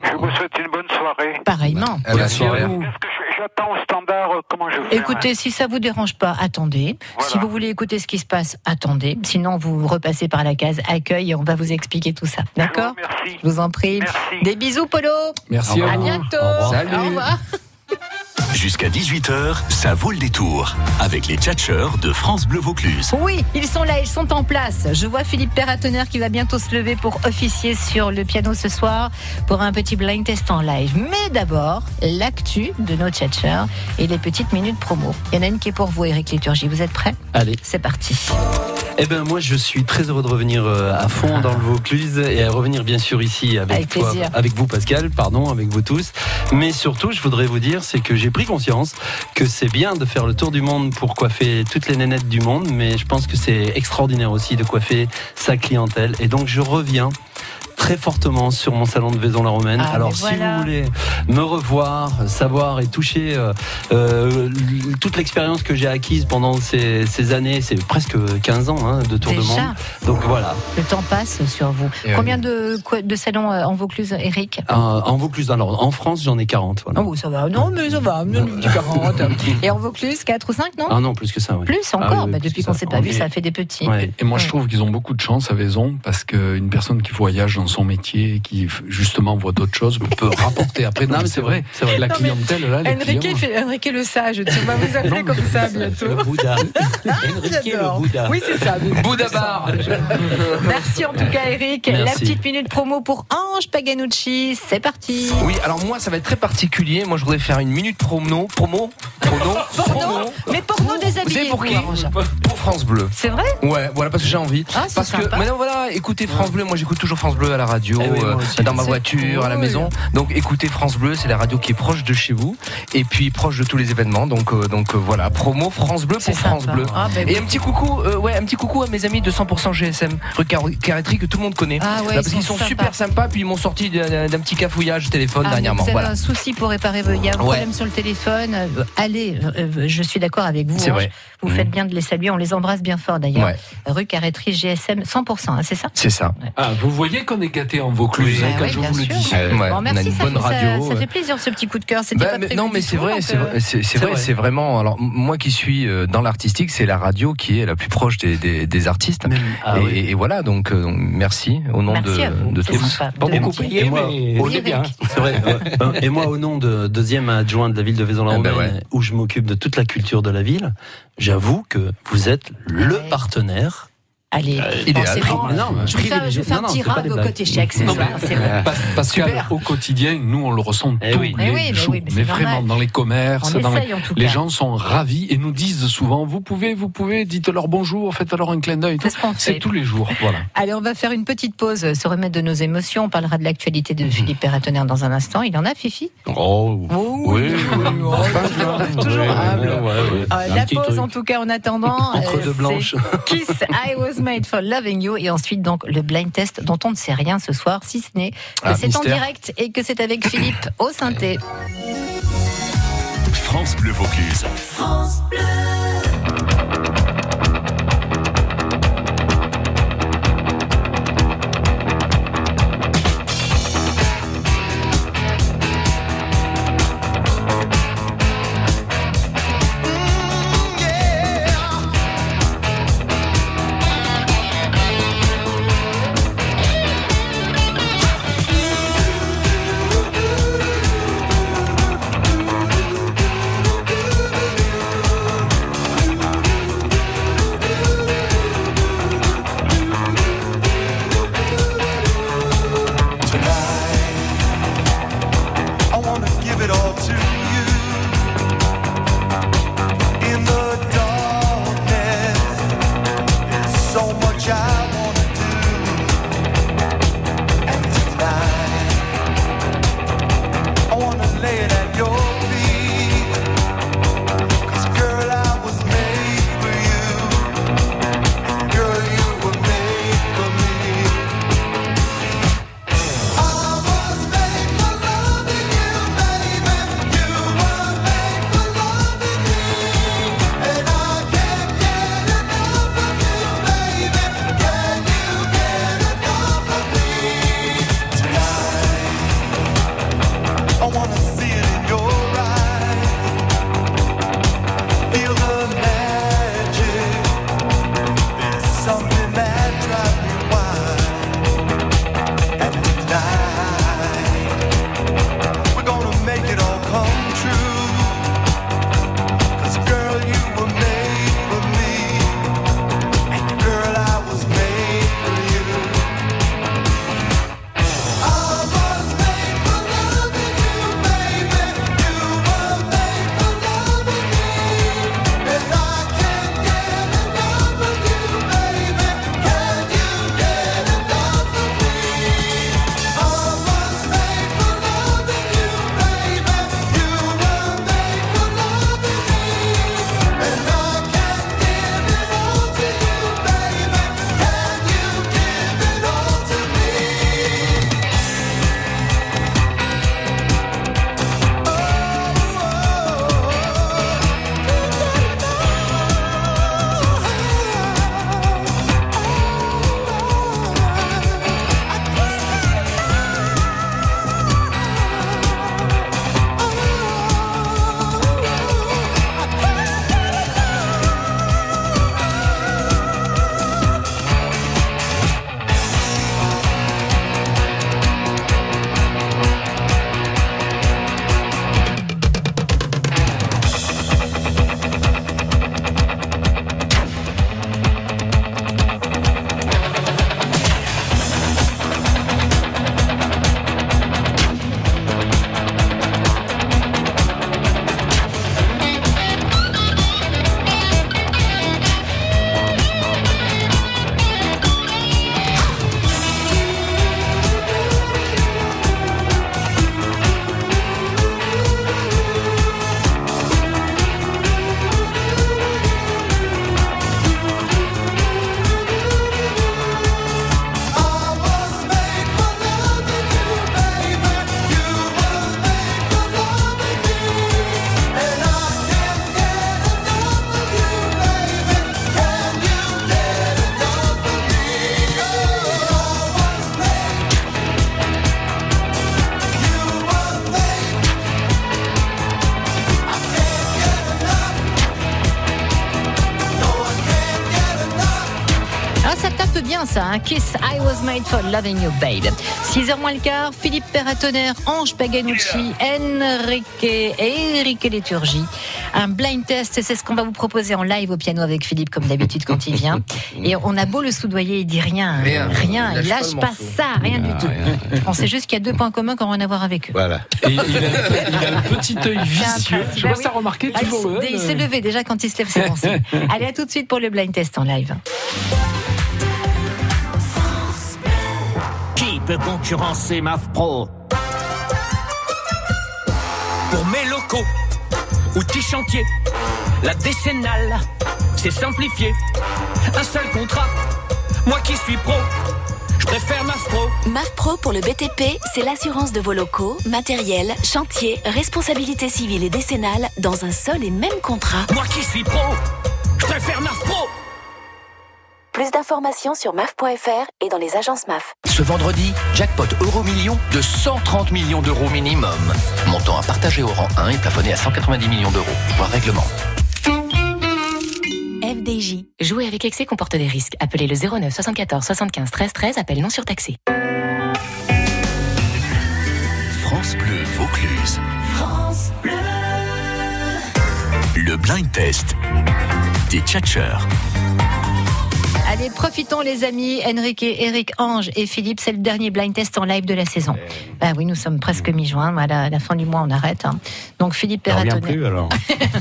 Speaker 13: Je vous souhaite une bonne soirée.
Speaker 2: Pareillement.
Speaker 13: Bonne soirée. Qu'est-ce que je- J'attends au standard euh, comment je fais.
Speaker 2: Écoutez, si ça vous dérange pas, attendez. Si vous voulez écouter ce qui se passe, attendez. Sinon, vous repassez par la case accueil et on va vous expliquer tout ça. D'accord Merci. Je vous en prie. Des bisous, Polo.
Speaker 1: Merci à
Speaker 2: À
Speaker 1: vous.
Speaker 2: bientôt.
Speaker 1: Au revoir. Salut.
Speaker 2: Au revoir.
Speaker 1: Jusqu'à 18h, ça vaut le détour avec les tchatcheurs de France Bleu Vaucluse.
Speaker 2: Oui, ils sont là, ils sont en place. Je vois Philippe Perratonner qui va bientôt se lever pour officier sur le piano ce soir pour un petit blind test en live. Mais d'abord, l'actu de nos tchatcheurs et les petites minutes promo. Il y en a une qui est pour vous, Eric Liturgie. Vous êtes prêts
Speaker 6: Allez.
Speaker 2: C'est parti.
Speaker 6: Eh ben moi je suis très heureux de revenir euh, à fond
Speaker 17: Ah.
Speaker 6: dans le Vaucluse et à revenir bien sûr ici avec,
Speaker 2: Avec
Speaker 6: toi,
Speaker 2: plaisir.
Speaker 6: avec vous Pascal, pardon, avec vous tous. Mais surtout je voudrais vous dire c'est que j'ai pris conscience que c'est bien de faire le tour du monde pour coiffer toutes les nénettes du monde, mais je pense que c'est extraordinaire aussi de coiffer sa clientèle. Et donc je reviens très fortement sur mon salon de Vaison-la-Romaine.
Speaker 17: Ah,
Speaker 6: Alors
Speaker 17: mais
Speaker 6: si
Speaker 17: voilà.
Speaker 6: vous voulez me revoir, savoir et toucher euh, euh, l- toute l'expérience que j'ai acquise pendant ces, ces années, c'est presque 15 ans hein, de tour de
Speaker 2: Déjà
Speaker 6: monde. Donc voilà.
Speaker 2: Le temps passe sur vous.
Speaker 6: Et
Speaker 2: Combien de, quoi- de salons euh, en Vaucluse, Eric
Speaker 6: Euh, en Vaucluse, alors en France, j'en ai 40. Voilà.
Speaker 2: Oh, ça va. Non, mais ça va. Non, mais 40. Et en Vaucluse, 4 ou 5, non
Speaker 6: Ah non, plus que ça, oui.
Speaker 2: Plus encore Bah, Depuis qu'on ne s'est pas vu, ça fait des petits.
Speaker 5: Et moi, je trouve qu'ils ont beaucoup de chance à Vaison parce qu'une personne qui voyage dans son métier, et qui f- justement voit d'autres choses, peut rapporter après. Non, mais c'est vrai,
Speaker 2: Non,
Speaker 5: la
Speaker 2: mais
Speaker 5: clientèle, là, les clients.
Speaker 2: fait- Enrique le sage, tu vas vous appeler comme ça bientôt.
Speaker 6: Le
Speaker 2: [LAUGHS]
Speaker 6: Bouddha.
Speaker 2: J'adore. Oui, c'est ça.
Speaker 5: Bouddha Bar.
Speaker 2: Merci en tout cas, Eric. La
Speaker 3: Merci.
Speaker 2: petite minute promo pour Ange Paganucci. C'est parti.
Speaker 3: Oui, alors moi, ça va être très particulier. Moi, je voudrais faire une minute promo, promo, promo,
Speaker 2: Porno, mais porno
Speaker 3: Vous
Speaker 2: déshabillé.
Speaker 3: savez pour qui
Speaker 2: vous, Ange.
Speaker 3: Pour France Bleu.
Speaker 2: C'est vrai
Speaker 3: Ouais, voilà, parce que j'ai envie.
Speaker 2: Ah, c'est
Speaker 3: parce
Speaker 2: sympa.
Speaker 3: que maintenant, voilà, écoutez France Bleu. Moi, j'écoute toujours France Bleu à la radio,
Speaker 6: Eh oui, moi
Speaker 3: euh,
Speaker 6: aussi.
Speaker 3: dans ma
Speaker 6: C'est
Speaker 3: voiture, à la
Speaker 2: Ah
Speaker 6: cool.
Speaker 3: maison. Donc, écoutez France Bleu, c'est la radio qui est proche de chez vous et puis proche de tous les événements. Donc, euh, donc euh, voilà, promo France Bleu pour France Bleu.
Speaker 2: Ah, ben
Speaker 3: et
Speaker 2: oui.
Speaker 3: un petit coucou, euh, ouais, un petit coucou à mes amis de 100% GSM, rue Car- Carrétrie, que tout le monde connaît.
Speaker 2: Ah ouais,
Speaker 3: Là, parce
Speaker 2: ils
Speaker 3: qu'ils
Speaker 2: sont
Speaker 3: sont
Speaker 2: sympas.
Speaker 3: super sympas. Puis ils m'ont sorti d'un d'un petit cafouillage téléphone
Speaker 2: Ah, mais
Speaker 3: dernièrement.
Speaker 2: Vous avez
Speaker 3: Voilà.
Speaker 2: un souci pour réparer, il y a
Speaker 3: Ouais.
Speaker 2: un problème sur le téléphone. euh, Allez, euh, je suis d'accord avec vous.
Speaker 3: C'est
Speaker 2: Ange.
Speaker 3: vrai.
Speaker 2: Vous
Speaker 3: Mhm.
Speaker 2: faites bien de les saluer. On les embrasse bien fort d'ailleurs.
Speaker 5: Ouais.
Speaker 2: Rue Carrétrie GSM 100%, hein, c'est ça
Speaker 3: C'est ça.
Speaker 5: Ah, vous voyez qu'on est gâté en Vaucluse,
Speaker 3: Oui,
Speaker 5: hein,
Speaker 3: bah
Speaker 2: Ah
Speaker 5: quand
Speaker 3: oui,
Speaker 5: je
Speaker 3: bien
Speaker 5: vous le
Speaker 3: sûr.
Speaker 5: dis.
Speaker 3: Ouais, Ouais,
Speaker 2: Bon,
Speaker 3: on a
Speaker 2: merci,
Speaker 3: une
Speaker 2: ça,
Speaker 3: bonne
Speaker 2: fait, ça-
Speaker 3: radio,
Speaker 2: ça,
Speaker 3: ouais.
Speaker 2: fait plaisir ce petit coup de cœur. C'était
Speaker 3: Bah,
Speaker 2: pas
Speaker 3: mais-
Speaker 2: prévu
Speaker 3: non,
Speaker 2: du
Speaker 3: mais c'est
Speaker 2: tout,
Speaker 3: vrai,
Speaker 2: donc,
Speaker 3: c'est
Speaker 2: euh,
Speaker 3: vrai, c'est- c'est vrai, c'est vraiment. Alors m- moi qui suis euh, dans l'artistique, c'est la radio qui est la plus proche des, des, des artistes.
Speaker 6: ah
Speaker 3: et, et voilà, donc euh, donc, merci au nom
Speaker 6: Merci
Speaker 3: de,
Speaker 6: à vous,
Speaker 3: de
Speaker 6: c'est
Speaker 3: tous.
Speaker 6: sympa. Pas De beaucoup prier, Et moi, mais- on est bien. C'est vrai. Euh, Et moi, au nom de deuxième adjoint de la ville de Vaison-la-Romaine, où je m'occupe de toute la culture de la ville, j'avoue que vous êtes le partenaire
Speaker 2: Allez,
Speaker 5: Idéal.
Speaker 2: pensez bon.
Speaker 5: Ah, non, mais
Speaker 2: je vais faire, je vais
Speaker 5: privilégié.
Speaker 2: faire
Speaker 5: Non,
Speaker 2: un
Speaker 5: non,
Speaker 2: petit
Speaker 5: c'est pas
Speaker 2: rave
Speaker 5: des
Speaker 2: au
Speaker 5: blagues.
Speaker 2: côté chèque, c'est
Speaker 5: Non,
Speaker 2: ça.
Speaker 5: mais-
Speaker 2: c'est vrai.
Speaker 5: Pas- Parce qu'au quotidien, nous, on le ressent tous
Speaker 2: oui.
Speaker 5: les
Speaker 2: Eh oui, mais
Speaker 5: jours.
Speaker 2: oui, mais c'est
Speaker 5: mais vraiment,
Speaker 2: normal.
Speaker 5: dans les commerces,
Speaker 2: On
Speaker 5: dans les-
Speaker 2: essaye, en tout
Speaker 5: les
Speaker 2: cas.
Speaker 5: gens sont ravis et nous disent souvent Vous pouvez, vous pouvez, dites-leur bonjour, faites-leur un clin d'œil. C'est tous les jours. Voilà.
Speaker 2: Allez, on va faire une petite pause, euh, se remettre de nos émotions. On parlera de l'actualité de Philippe Perratonnerre dans un instant. Il en a, Fifi
Speaker 4: Oh, oui, oui, toujours humble.
Speaker 3: Ah,
Speaker 2: Euh,
Speaker 11: Ah,
Speaker 2: La pause, en tout cas, en attendant.
Speaker 4: Entre
Speaker 2: euh,
Speaker 4: deux blanches.
Speaker 2: c'est [LAUGHS] Kiss, I was made for loving you. Et ensuite, donc, le blind test dont on ne sait rien ce soir, si ce n'est que
Speaker 1: Ah,
Speaker 2: c'est en
Speaker 1: mystère.
Speaker 2: direct et que c'est avec Philippe au synthé.
Speaker 1: France Bleu Vaucluse.
Speaker 7: Thank you
Speaker 2: bien Ah, ça, hein Kiss, I was made for loving you, babe. 6h moins le quart, Philippe Perratonnerre, Ange Paganucci, Enrique et Enrique Liturgie. Un blind test, c'est ce qu'on va vous proposer en live au piano avec Philippe, comme d'habitude quand il
Speaker 4: [LAUGHS]
Speaker 2: vient. Et on a beau le soudoyer, il dit rien, hein,
Speaker 4: Rien.
Speaker 2: rien,
Speaker 4: Il
Speaker 2: il
Speaker 4: lâche
Speaker 2: lâche
Speaker 4: pas Ah,
Speaker 2: pas ça, rien du tout. On sait juste qu'il y a deux points communs qui n'ont rien à voir avec eux. [LAUGHS]
Speaker 4: Voilà.
Speaker 5: il, a, un petit œil vicieux. Je
Speaker 2: Bah
Speaker 5: vois
Speaker 2: oui.
Speaker 5: ça remarquer
Speaker 2: Ah, il
Speaker 5: toujours. euh.
Speaker 2: s'est- Il s'est levé déjà quand il se lève, c'est
Speaker 4: [LAUGHS]
Speaker 2: bon signe. Allez, à tout de suite pour le blind test en live.
Speaker 18: Qui peut concurrencer MAF Pro Pour mes locaux, outils chantiers, la décennale, c'est simplifié. Un seul contrat, moi qui suis pro, je préfère MAF Pro.
Speaker 19: MAF Pro pour le BTP, c'est l'assurance de vos locaux, matériel, chantier, responsabilité civile et décennale dans un seul et même contrat.
Speaker 18: Moi qui suis pro, je préfère MAF Pro.
Speaker 19: Plus d'informations sur maf.fr et dans les agences MAF.
Speaker 1: Ce vendredi, jackpot euro million de 130 millions d'euros minimum. Montant à partager au rang 1 et plafonné à 190 millions d'euros, voire règlement.
Speaker 20: FDJ. Jouer avec excès comporte des risques. Appelez le 09 74 75 13 13, appel non surtaxé.
Speaker 1: France Bleu Vaucluse. France Bleu. Le blind test des tchatcheurs.
Speaker 2: Allez, profitons les amis, Enrique, Eric, Ange et Philippe, c'est le dernier blind test en live de la saison. Bah oui, nous sommes presque mi-juin, à la, à la fin du mois on arrête. hein. Donc Philippe
Speaker 4: Ça revient
Speaker 2: Perratonnerre,
Speaker 4: plus alors.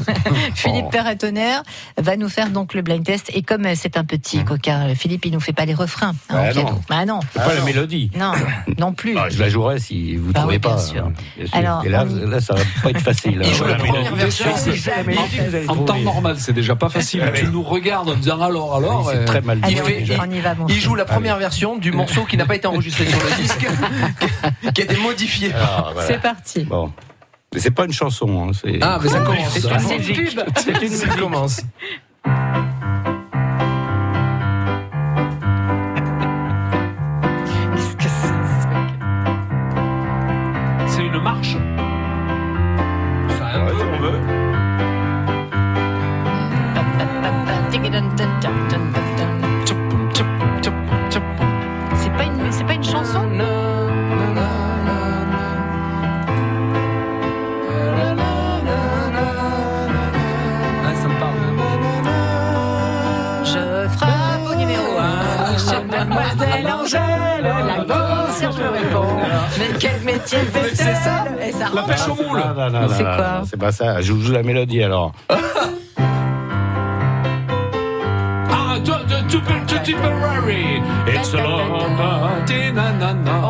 Speaker 2: [LAUGHS] Philippe Perratonnerre va nous faire donc le blind test et comme euh, c'est un petit coquin, euh, Philippe il nous fait pas les refrains. hein,
Speaker 4: Bah
Speaker 2: au piano.
Speaker 4: non.
Speaker 2: Bah non.
Speaker 4: C'est pas la mélodie.
Speaker 2: Non, non plus.
Speaker 4: Ah, je la jouerai si vous ne
Speaker 2: Bah
Speaker 4: trouvez
Speaker 2: oui, bien
Speaker 4: pas.
Speaker 2: sûr.
Speaker 4: hein, bien sûr.
Speaker 2: Alors,
Speaker 4: Et là,
Speaker 2: on y-
Speaker 4: là, ça va pas être facile.
Speaker 5: Il joue la première
Speaker 4: mélodie.
Speaker 5: version,
Speaker 4: Bien sûr,
Speaker 5: c'est
Speaker 4: si je joue la
Speaker 5: jamais-
Speaker 4: mélodie, vous allez
Speaker 5: En temps
Speaker 4: trouver.
Speaker 5: normal, c'est déjà pas
Speaker 3: Ah
Speaker 5: facile.
Speaker 4: Ouais.
Speaker 5: Tu nous regardes en disant alors, alors. euh,
Speaker 4: Oui,
Speaker 6: euh,
Speaker 4: c'est très mal
Speaker 5: Il
Speaker 3: hein,
Speaker 4: dit,
Speaker 5: fait-
Speaker 4: déjà.
Speaker 5: il-
Speaker 2: On y va, mon
Speaker 3: Il
Speaker 2: Philippe.
Speaker 3: joue la première version du morceau qui n'a pas été enregistré sur le disque, [LAUGHS] qui a été modifié.
Speaker 6: Ah,
Speaker 4: Alors, voilà.
Speaker 2: C'est parti.
Speaker 4: Bon. Mais c'est pas une chanson. hein, c'est-
Speaker 3: Ah, mais ça commence.
Speaker 4: C'est
Speaker 3: Ah,
Speaker 4: une musique.
Speaker 3: C'est une
Speaker 4: musique.
Speaker 3: commence.
Speaker 5: C'est une marche. Ça a un peu, on veut.
Speaker 2: C'est pas une, c'est pas une chanson. hein. Je frappe au numéro 1 chez Mademoiselle Angèle. La boursière me répond. Mais quel métier fait-elle C'est ça. Et ça rentre.
Speaker 4: moule.
Speaker 2: C'est quoi
Speaker 4: C'est pas ça. Je vous joue la mélodie alors.
Speaker 5: Ah, tu- tu- tu- tu- tu- Tipperary. It's a long night, ti-na-na-na.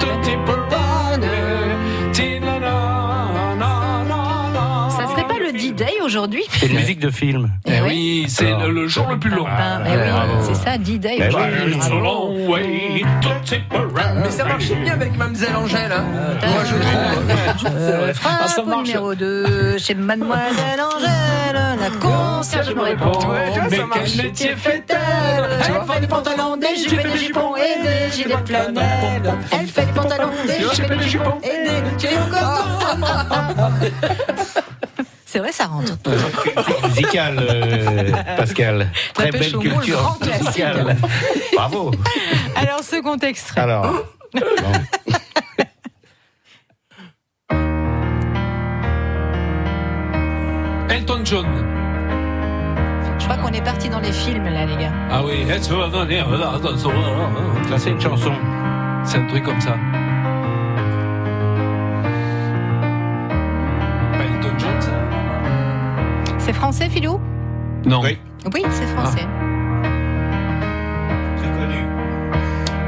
Speaker 5: Tu- Tipperary, ti-na-na-na-na-na.
Speaker 2: Ça serait pas le D-Day aujourd'hui
Speaker 4: C'est une musique de film.
Speaker 5: Eh oui, c'est le, le jour le plus long.
Speaker 2: Ah, mais oui, c'est ça, D-Day.
Speaker 5: Eh
Speaker 2: aujourd'hui.
Speaker 5: oui, it's a
Speaker 4: [LAUGHS]
Speaker 5: long way to Tipperary.
Speaker 3: Mais ça marchait bien avec Mademoiselle Angèle. hein.
Speaker 2: Euh,
Speaker 3: Moi, je trouve. C'est vrai.
Speaker 2: Frappe au numéro 2 chez Mademoiselle Angèle. La concierge me répond.
Speaker 3: Ouais, tu vois, ça
Speaker 2: Mais
Speaker 3: marche.
Speaker 2: quel métier fait-elle Elle fait des pantalons, des jupes, et des jupons et des gilets planels. Elle fait des pantalons, des jupes, et des jupons et des gilets coton. [LAUGHS] C'est vrai, ça rentre.
Speaker 4: Musical, euh, Pascal. Très
Speaker 2: N'empêche
Speaker 4: belle
Speaker 2: au moins le grand
Speaker 4: culture
Speaker 2: classique.
Speaker 4: musicale. Bravo.
Speaker 2: [LAUGHS] Alors, second extrait.
Speaker 4: Alors.
Speaker 5: Elton John.
Speaker 2: Je crois qu'on est parti dans les films, là, les gars.
Speaker 5: Ah oui, it's a long way to Tipperary.
Speaker 4: Ça, c'est une chanson.
Speaker 5: C'est un truc comme ça. Pas Elton John, ça
Speaker 2: C'est français, Philou
Speaker 5: Non.
Speaker 4: Oui.
Speaker 2: Oui, c'est français.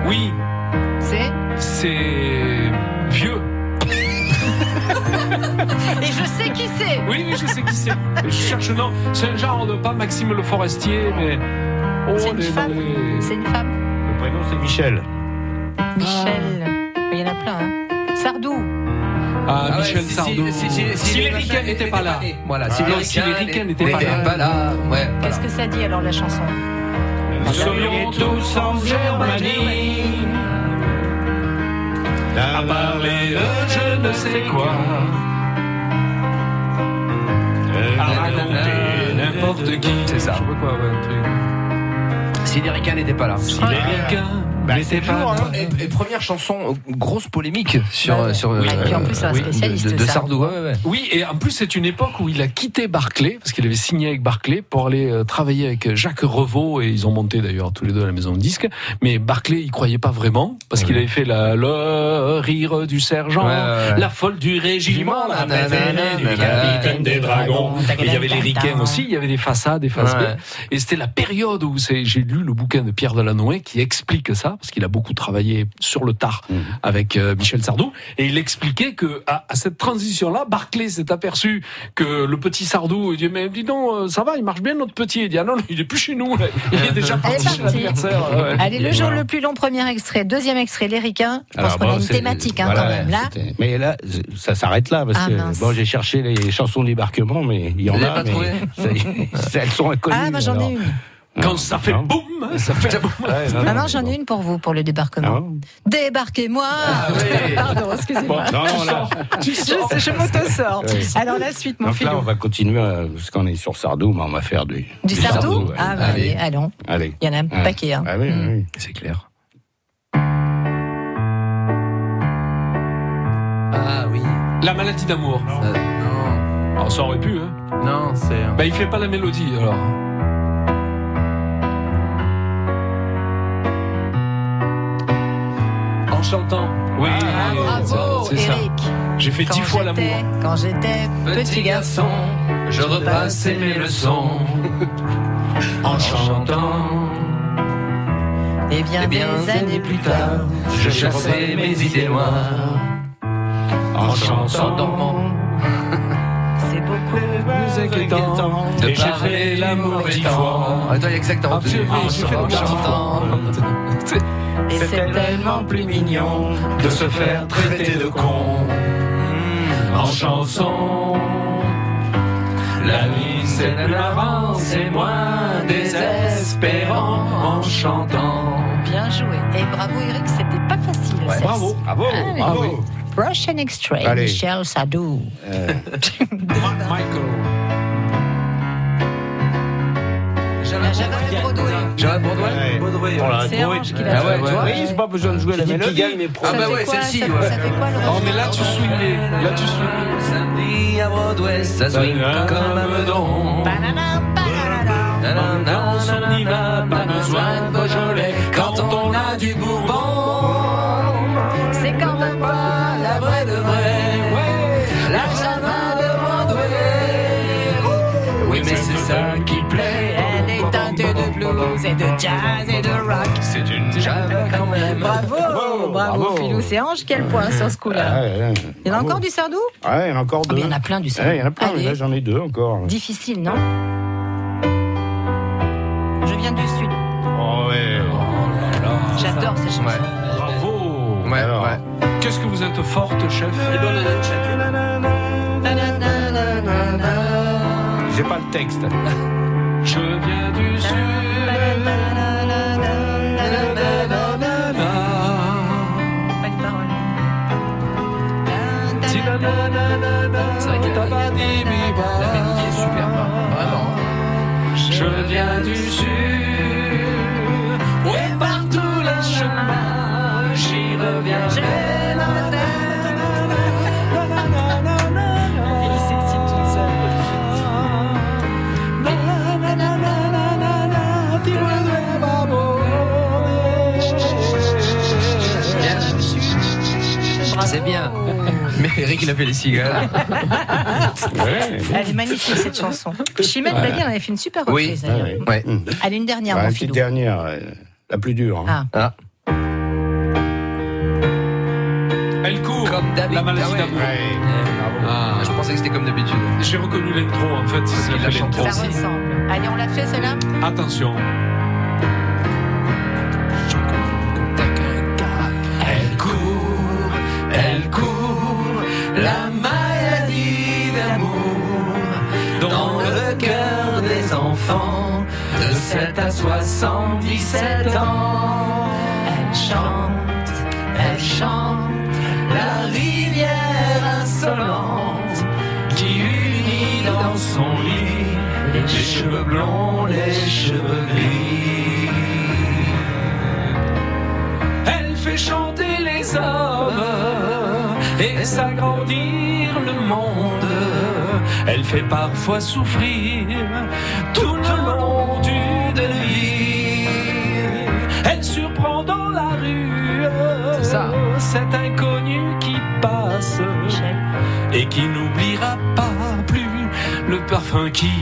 Speaker 5: Oui,
Speaker 2: C'est
Speaker 5: c'est vieux.
Speaker 2: euh, Et je sais qui c'est.
Speaker 5: Oui, oui, je sais qui c'est. Je cherche le nom. C'est un genre de pas Maxime Le Forestier, mais. Oh,
Speaker 2: C'est une
Speaker 5: les-
Speaker 2: femme.
Speaker 5: les-
Speaker 2: C'est une femme.
Speaker 4: Le prénom, c'est Michel.
Speaker 2: Michel. Il y en a plein. hein. Sardou.
Speaker 5: Ah,
Speaker 3: Ah ouais,
Speaker 5: Michel
Speaker 3: si- si-
Speaker 5: Sardou.
Speaker 3: si- si- si les
Speaker 5: les
Speaker 3: machins
Speaker 5: Ricains n'étaient pas là.
Speaker 3: Voilà,
Speaker 5: si les Ricains n'étaient pas là.
Speaker 3: Ouais,
Speaker 2: Qu'est-ce que ça dit alors la chanson
Speaker 5: Nous serions tous en Germanie à parler de je ne sais quoi. Euh,
Speaker 4: Ah, euh,
Speaker 5: À raconter n'importe qui. C'est ça. Je sais pas quoi, ouais, un truc.
Speaker 11: Si les ricains n'étaient pas là. Si
Speaker 5: les Ricains
Speaker 4: Bah,
Speaker 11: n'étaient pas
Speaker 5: hein.
Speaker 4: hein.
Speaker 11: là. Et, et première chanson, euh, grosse polémique sur.
Speaker 5: Ouais, ouais.
Speaker 11: sur euh,
Speaker 5: Ah, et puis en plus, c'est un
Speaker 11: oui, de-
Speaker 5: spécialiste,
Speaker 11: De, de
Speaker 5: ça.
Speaker 11: Sardou, ouais, ouais, ouais.
Speaker 5: Oui, et en plus, c'est une époque où il a quitté Barclay, parce qu'il avait signé avec Barclay pour aller euh, travailler avec Jacques Revaux, et ils ont monté d'ailleurs tous les deux à la maison de disques. Mais Barclay, il croyait pas vraiment, parce qu'il avait fait la, le rire du sergent,
Speaker 11: Ouais, ouais, ouais.
Speaker 5: la folle Euh, du régiment, la
Speaker 11: Nanana,
Speaker 5: préférée du
Speaker 11: nanana,
Speaker 5: capitaine des dragons. Et il y avait les
Speaker 2: hein.
Speaker 5: ricains aussi, il y avait des façades, des faces
Speaker 11: Ouais.
Speaker 5: B. Et c'était la période où c'est- j'ai lu le bouquin de Pierre Delanoë qui explique ça, parce qu'il a beaucoup travaillé sur le tard avec euh, Michel Sardou, et il expliquait que à, à cette transition-là, Barclay s'est aperçu que le petit Sardou, il dit mais dis donc, euh, ça va, il marche bien notre petit. Il dit ah non, il est plus chez nous, [LAUGHS] là. il est déjà
Speaker 2: Elle est
Speaker 5: parti chez
Speaker 2: partie.
Speaker 5: l'adversaire. Ouais.
Speaker 2: Allez, le
Speaker 5: Et
Speaker 2: jour
Speaker 5: voilà.
Speaker 2: le plus long, premier extrait. Deuxième extrait, les ricains. Je pense
Speaker 4: Alors,
Speaker 2: qu'on
Speaker 4: bon,
Speaker 2: a une
Speaker 4: c'est-
Speaker 2: thématique hein,
Speaker 4: voilà,
Speaker 2: quand même. Là,
Speaker 4: c'était- Mais là, ça s'arrête là parce
Speaker 2: Ah, mince.
Speaker 4: que bon, j'ai cherché les chansons de débarquement, mais il y en
Speaker 2: Vous
Speaker 4: a.
Speaker 2: avez pas
Speaker 4: mais [LAUGHS]
Speaker 2: trouvé
Speaker 4: ça- elles sont inconnues.
Speaker 2: Ah, moi, j'en ai
Speaker 4: alors.
Speaker 2: une.
Speaker 5: Quand ça fait boum, ça fait boum.
Speaker 4: Ah
Speaker 2: Maman, Ah j'en ai une pour vous, pour le débarquement. Débarquez-moi [LAUGHS] Pardon, excusez-moi.
Speaker 4: Ah Bon, non, non, là-
Speaker 2: Je, sais, je m'auto-sors.
Speaker 4: Ouais.
Speaker 2: Alors la suite, mon
Speaker 4: Donc là, on
Speaker 2: filou.
Speaker 4: va continuer euh, parce qu'on est sur Sardou, mais on va faire du.
Speaker 2: Du sardou
Speaker 4: ouais.
Speaker 2: Ah, bah, allez, allons.
Speaker 4: Allez.
Speaker 2: Il y en a un
Speaker 4: Ouais.
Speaker 2: paquet. hein.
Speaker 4: Ah oui,
Speaker 2: Mm.
Speaker 4: oui.
Speaker 11: C'est clair.
Speaker 5: Ah oui. La maladie d'amour. Non. On ça aurait pu, hein.
Speaker 21: Non, c'est.
Speaker 5: Bah, il fait pas la mélodie alors. En chantant. Oui,
Speaker 2: Ah, bravo,
Speaker 5: c'est ça.
Speaker 2: Eric.
Speaker 5: J'ai fait
Speaker 2: Quand
Speaker 5: dix fois
Speaker 2: j'étais-
Speaker 5: l'amour.
Speaker 2: Quand j'étais petit garçon,
Speaker 5: je repassais mes leçons
Speaker 2: [LAUGHS]
Speaker 5: en chantant.
Speaker 2: Et bien,
Speaker 5: Eh bien,
Speaker 2: des années plus tard,
Speaker 5: Je chassais mes idées noires en chantant dormant.
Speaker 2: C'est beaucoup plus
Speaker 5: inquiétant de parler l'amour dix fois.
Speaker 11: Attends, il y a que ça que t'as retenu.
Speaker 5: Absolument, j'ai fait
Speaker 11: En
Speaker 5: le
Speaker 11: chantant.
Speaker 5: [LAUGHS]
Speaker 2: Et c'est tellement plus mignon
Speaker 5: de se faire traiter de con Hmm. en chanson. La nuit c'est plus marrant, c'est moins désespérant en chantant.
Speaker 2: Bien joué. Et bravo, Eric, c'était pas facile. Ah
Speaker 5: Ouais.
Speaker 2: ça.
Speaker 5: Bravo,
Speaker 11: Ah
Speaker 5: bravo,
Speaker 2: Allez.
Speaker 5: bravo.
Speaker 2: Prochain extrait,
Speaker 5: Allez.
Speaker 4: [LAUGHS]
Speaker 2: Michel Sardou.
Speaker 11: Euh, [LAUGHS]
Speaker 5: Michael.
Speaker 11: J'aurais Broadway
Speaker 21: Broadway.
Speaker 4: On l'a
Speaker 11: C'est
Speaker 4: trouvé.
Speaker 11: Orange qui l'a
Speaker 4: Ah ouais,
Speaker 11: trouvé.
Speaker 4: tu vois,
Speaker 11: Ouais.
Speaker 4: oui, j'ai pas besoin de jouer la
Speaker 11: Qui dit qui
Speaker 4: mélodie.
Speaker 11: gagne, mais pro. Ah bah ouais, celle-ci, ouais. Ah,
Speaker 5: Oh, mais là, tu swingais. Là, tu swingais.
Speaker 11: Samedi à Broadway, ça swing
Speaker 5: Banana,
Speaker 11: comme un meudon. Nanana,
Speaker 5: On s'en y va, pas
Speaker 11: besoin de Beaujolais quand on a du Bourbon.
Speaker 2: C'est quand même pas
Speaker 11: la vraie de vraie. La Java de Broadway. Oui, mais c'est ça qui plaît.
Speaker 2: Elle est teintée de blues et de jazz et de rock.
Speaker 11: C'est une Java quand même.
Speaker 2: Bravo, bravo, Philou. C'est Ange, quel point sur ce
Speaker 4: Ah.
Speaker 2: coup-là. Il y en a encore du Sardou
Speaker 4: Ouais, il y en a encore deux. Ah
Speaker 2: mais il y en a plein du
Speaker 4: Ouais,
Speaker 2: Sardou.
Speaker 4: Il y en a plein, mais
Speaker 2: Allez.
Speaker 4: là j'en ai deux encore.
Speaker 2: Difficile, non Je viens du Sud.
Speaker 4: Oh ouais.
Speaker 2: J'adore ces chansons.
Speaker 5: Bravo. Qu'est-ce que vous êtes forte, chef.
Speaker 4: J'ai pas le texte.
Speaker 5: Je viens du sud.
Speaker 11: C'est vrai que la, la mélodie est super bas. Vraiment.
Speaker 5: Je viens du sud, où est partout le chemin, j'y reviendrai.
Speaker 11: C'est bien. Mais Eric, il a fait les cigales.
Speaker 2: Elle est magnifique cette chanson. Chimène
Speaker 4: Voilà.
Speaker 2: Badi en avait fait une super
Speaker 4: Oui.
Speaker 2: reprise
Speaker 3: Ah
Speaker 2: d'ailleurs.
Speaker 11: Ouais.
Speaker 2: Allez, une dernière,
Speaker 4: Bah,
Speaker 2: mon
Speaker 4: la petite
Speaker 2: filou.
Speaker 4: dernière, euh, la plus dure. hein.
Speaker 3: Ah.
Speaker 5: Elle court, la maladie d'amour.
Speaker 11: Ah, je pensais que c'était comme d'habitude.
Speaker 5: J'ai reconnu l'intro en fait, c'est
Speaker 11: Il
Speaker 5: la
Speaker 11: la chante
Speaker 5: l'intro.
Speaker 2: Ça ressemble. Allez, on l'a fait celle-là
Speaker 5: Attention. Elle court, elle court, la maladie d'amour dans le cœur des enfants de 7 à 77 ans. Elle chante, elle chante la rivière insolente qui unit dans son lit les cheveux blonds, les cheveux gris.
Speaker 11: laisse agrandir le monde. Elle fait parfois souffrir tout le long d'une nuit. Elle surprend dans la rue cet inconnu qui passe et qui n'oubliera pas plus le parfum qui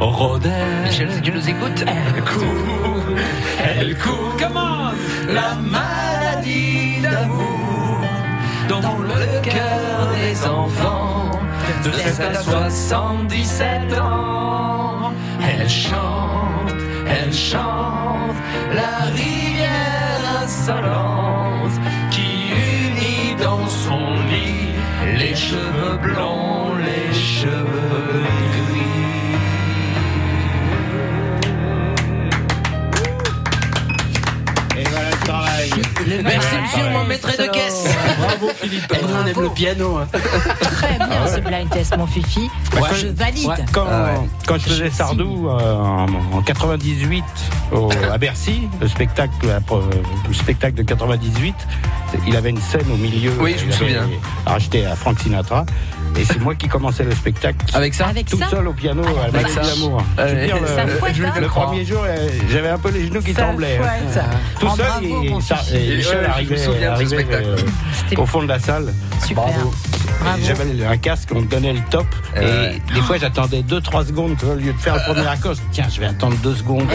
Speaker 11: rôdait. Michel, si tu nous écoutes, elle court, elle court, comment la maladie d'amour dans, le cœur des enfants de 7 à 77 ans. Elle chante, elle chante la rivière insolente qui unit dans son lit les cheveux blancs, les cheveux
Speaker 4: Et voilà le travail.
Speaker 18: Merci monsieur mon maître de caisse.
Speaker 4: Bravo Philippe.
Speaker 18: nous, on aime
Speaker 4: le piano. hein.
Speaker 2: Très bien ce blind test, mon fifi.
Speaker 4: Ouais.
Speaker 2: Je valide.
Speaker 4: Ah Ouais, Quand,
Speaker 3: Ah
Speaker 4: quand je faisais Sardou euh, en, en 98 au- à Bercy, le spectacle, la pre- le spectacle de 98, c'est- il avait une scène au milieu.
Speaker 3: Oui, je
Speaker 4: il
Speaker 3: me
Speaker 4: avait
Speaker 3: souviens.
Speaker 4: Racheté à Frank Sinatra. Et c'est moi qui commençais le spectacle.
Speaker 3: [LAUGHS] Avec ça Avec
Speaker 4: Tout
Speaker 3: ça
Speaker 4: seul au piano,
Speaker 3: Ah, la
Speaker 4: à la Maladie
Speaker 3: vache.
Speaker 4: d'amour. Je veux
Speaker 3: Ouais.
Speaker 4: dire, le-
Speaker 3: Ça fouette,
Speaker 4: je-
Speaker 3: hein.
Speaker 4: le premier jour, euh, j'avais un peu les genoux qui
Speaker 3: Ça
Speaker 4: tremblaient. hein.
Speaker 3: fouette.
Speaker 4: Tout
Speaker 3: Oh,
Speaker 4: seul,
Speaker 3: bravo,
Speaker 4: et,
Speaker 3: mon
Speaker 4: et ça-
Speaker 3: fifi.
Speaker 4: et
Speaker 3: Et
Speaker 4: Michel
Speaker 3: ouais, je me
Speaker 4: arrivait,
Speaker 3: souviens de ce
Speaker 4: arrivait,
Speaker 3: spectacle.
Speaker 4: euh, au fond de la salle. Bravo.
Speaker 2: Bravo.
Speaker 4: J'avais un casque, on me donnait le top. Et des fois, j'attendais 2-3 secondes tu vois, au lieu de faire le
Speaker 2: Ah.
Speaker 4: premier accord. je dis, Tiens, je vais attendre 2 secondes.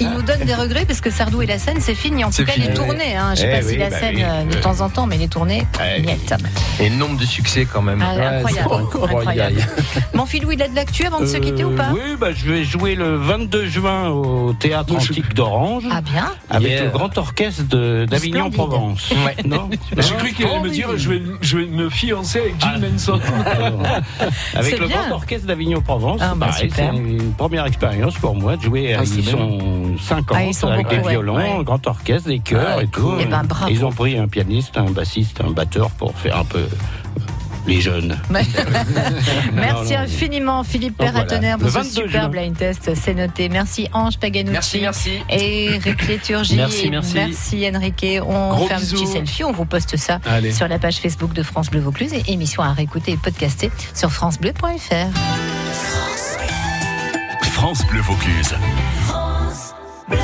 Speaker 2: Il nous donne des regrets parce que Sardou et la scène, c'est fini. En
Speaker 4: C'est
Speaker 2: tout cas,
Speaker 4: fini.
Speaker 2: les tournées. Hein. Je sais
Speaker 3: Eh
Speaker 2: pas si
Speaker 3: oui,
Speaker 2: la
Speaker 3: bah
Speaker 2: scène
Speaker 3: oui.
Speaker 2: euh, de
Speaker 3: Euh.
Speaker 2: temps en temps, mais les tournées, miette.
Speaker 3: Et le nombre de succès quand même.
Speaker 2: Ah, Ouais, incroyable, c'est incroyable. incroyable. Mon filou, il a de l'actu avant de se quitter ou pas
Speaker 4: Oui, bah, je vais jouer le 22 juin au Théâtre Antique d'Orange.
Speaker 2: Ah bien
Speaker 4: Avec
Speaker 5: Yeah.
Speaker 4: le grand orchestre de- d'Avignon-Provence. [LAUGHS] Non
Speaker 5: [LAUGHS] J'ai cru qu'il allait me dire je vais, je vais me fiancer avec Jim
Speaker 4: [LAUGHS]
Speaker 5: Henson.
Speaker 4: Ah. Avec le grand orchestre d'Avignon-Provence,
Speaker 5: Ah,
Speaker 4: c'est
Speaker 5: bah,
Speaker 4: pareil, c'est
Speaker 5: super.
Speaker 4: une première expérience pour moi de jouer.
Speaker 5: Ah, c'est
Speaker 4: ils
Speaker 5: bien.
Speaker 4: sont 50
Speaker 5: Ah, ils sont
Speaker 4: avec
Speaker 5: beaucoup,
Speaker 4: des
Speaker 5: ouais,
Speaker 4: violons,
Speaker 5: ouais.
Speaker 4: un grand orchestre, des chœurs
Speaker 5: Ah,
Speaker 4: et tout.
Speaker 5: cool. Eh ben, bravo.
Speaker 4: Ils ont pris un pianiste, un bassiste, un batteur pour faire un peu euh, les jeunes.
Speaker 18: [LAUGHS]
Speaker 2: Merci
Speaker 4: non, non.
Speaker 2: infiniment Philippe
Speaker 18: Oh,
Speaker 4: Donc voilà,
Speaker 2: Perratonnerre
Speaker 4: le
Speaker 2: pour ce
Speaker 4: 22
Speaker 2: super
Speaker 4: juin.
Speaker 2: blind test, c'est noté. Merci Ange Paganucci
Speaker 18: Merci, merci.
Speaker 2: et
Speaker 18: [LAUGHS]
Speaker 2: Rick Turgi.
Speaker 18: Merci, merci.
Speaker 2: merci Enrique. On
Speaker 18: Gros
Speaker 2: fait un
Speaker 18: bisous.
Speaker 2: petit selfie, on vous poste ça
Speaker 18: Allez.
Speaker 2: sur la page Facebook de France Bleu Vaucluse et émission à réécouter et podcaster sur francebleu.fr.
Speaker 1: France Bleu Vaucluse.
Speaker 7: France Bleu.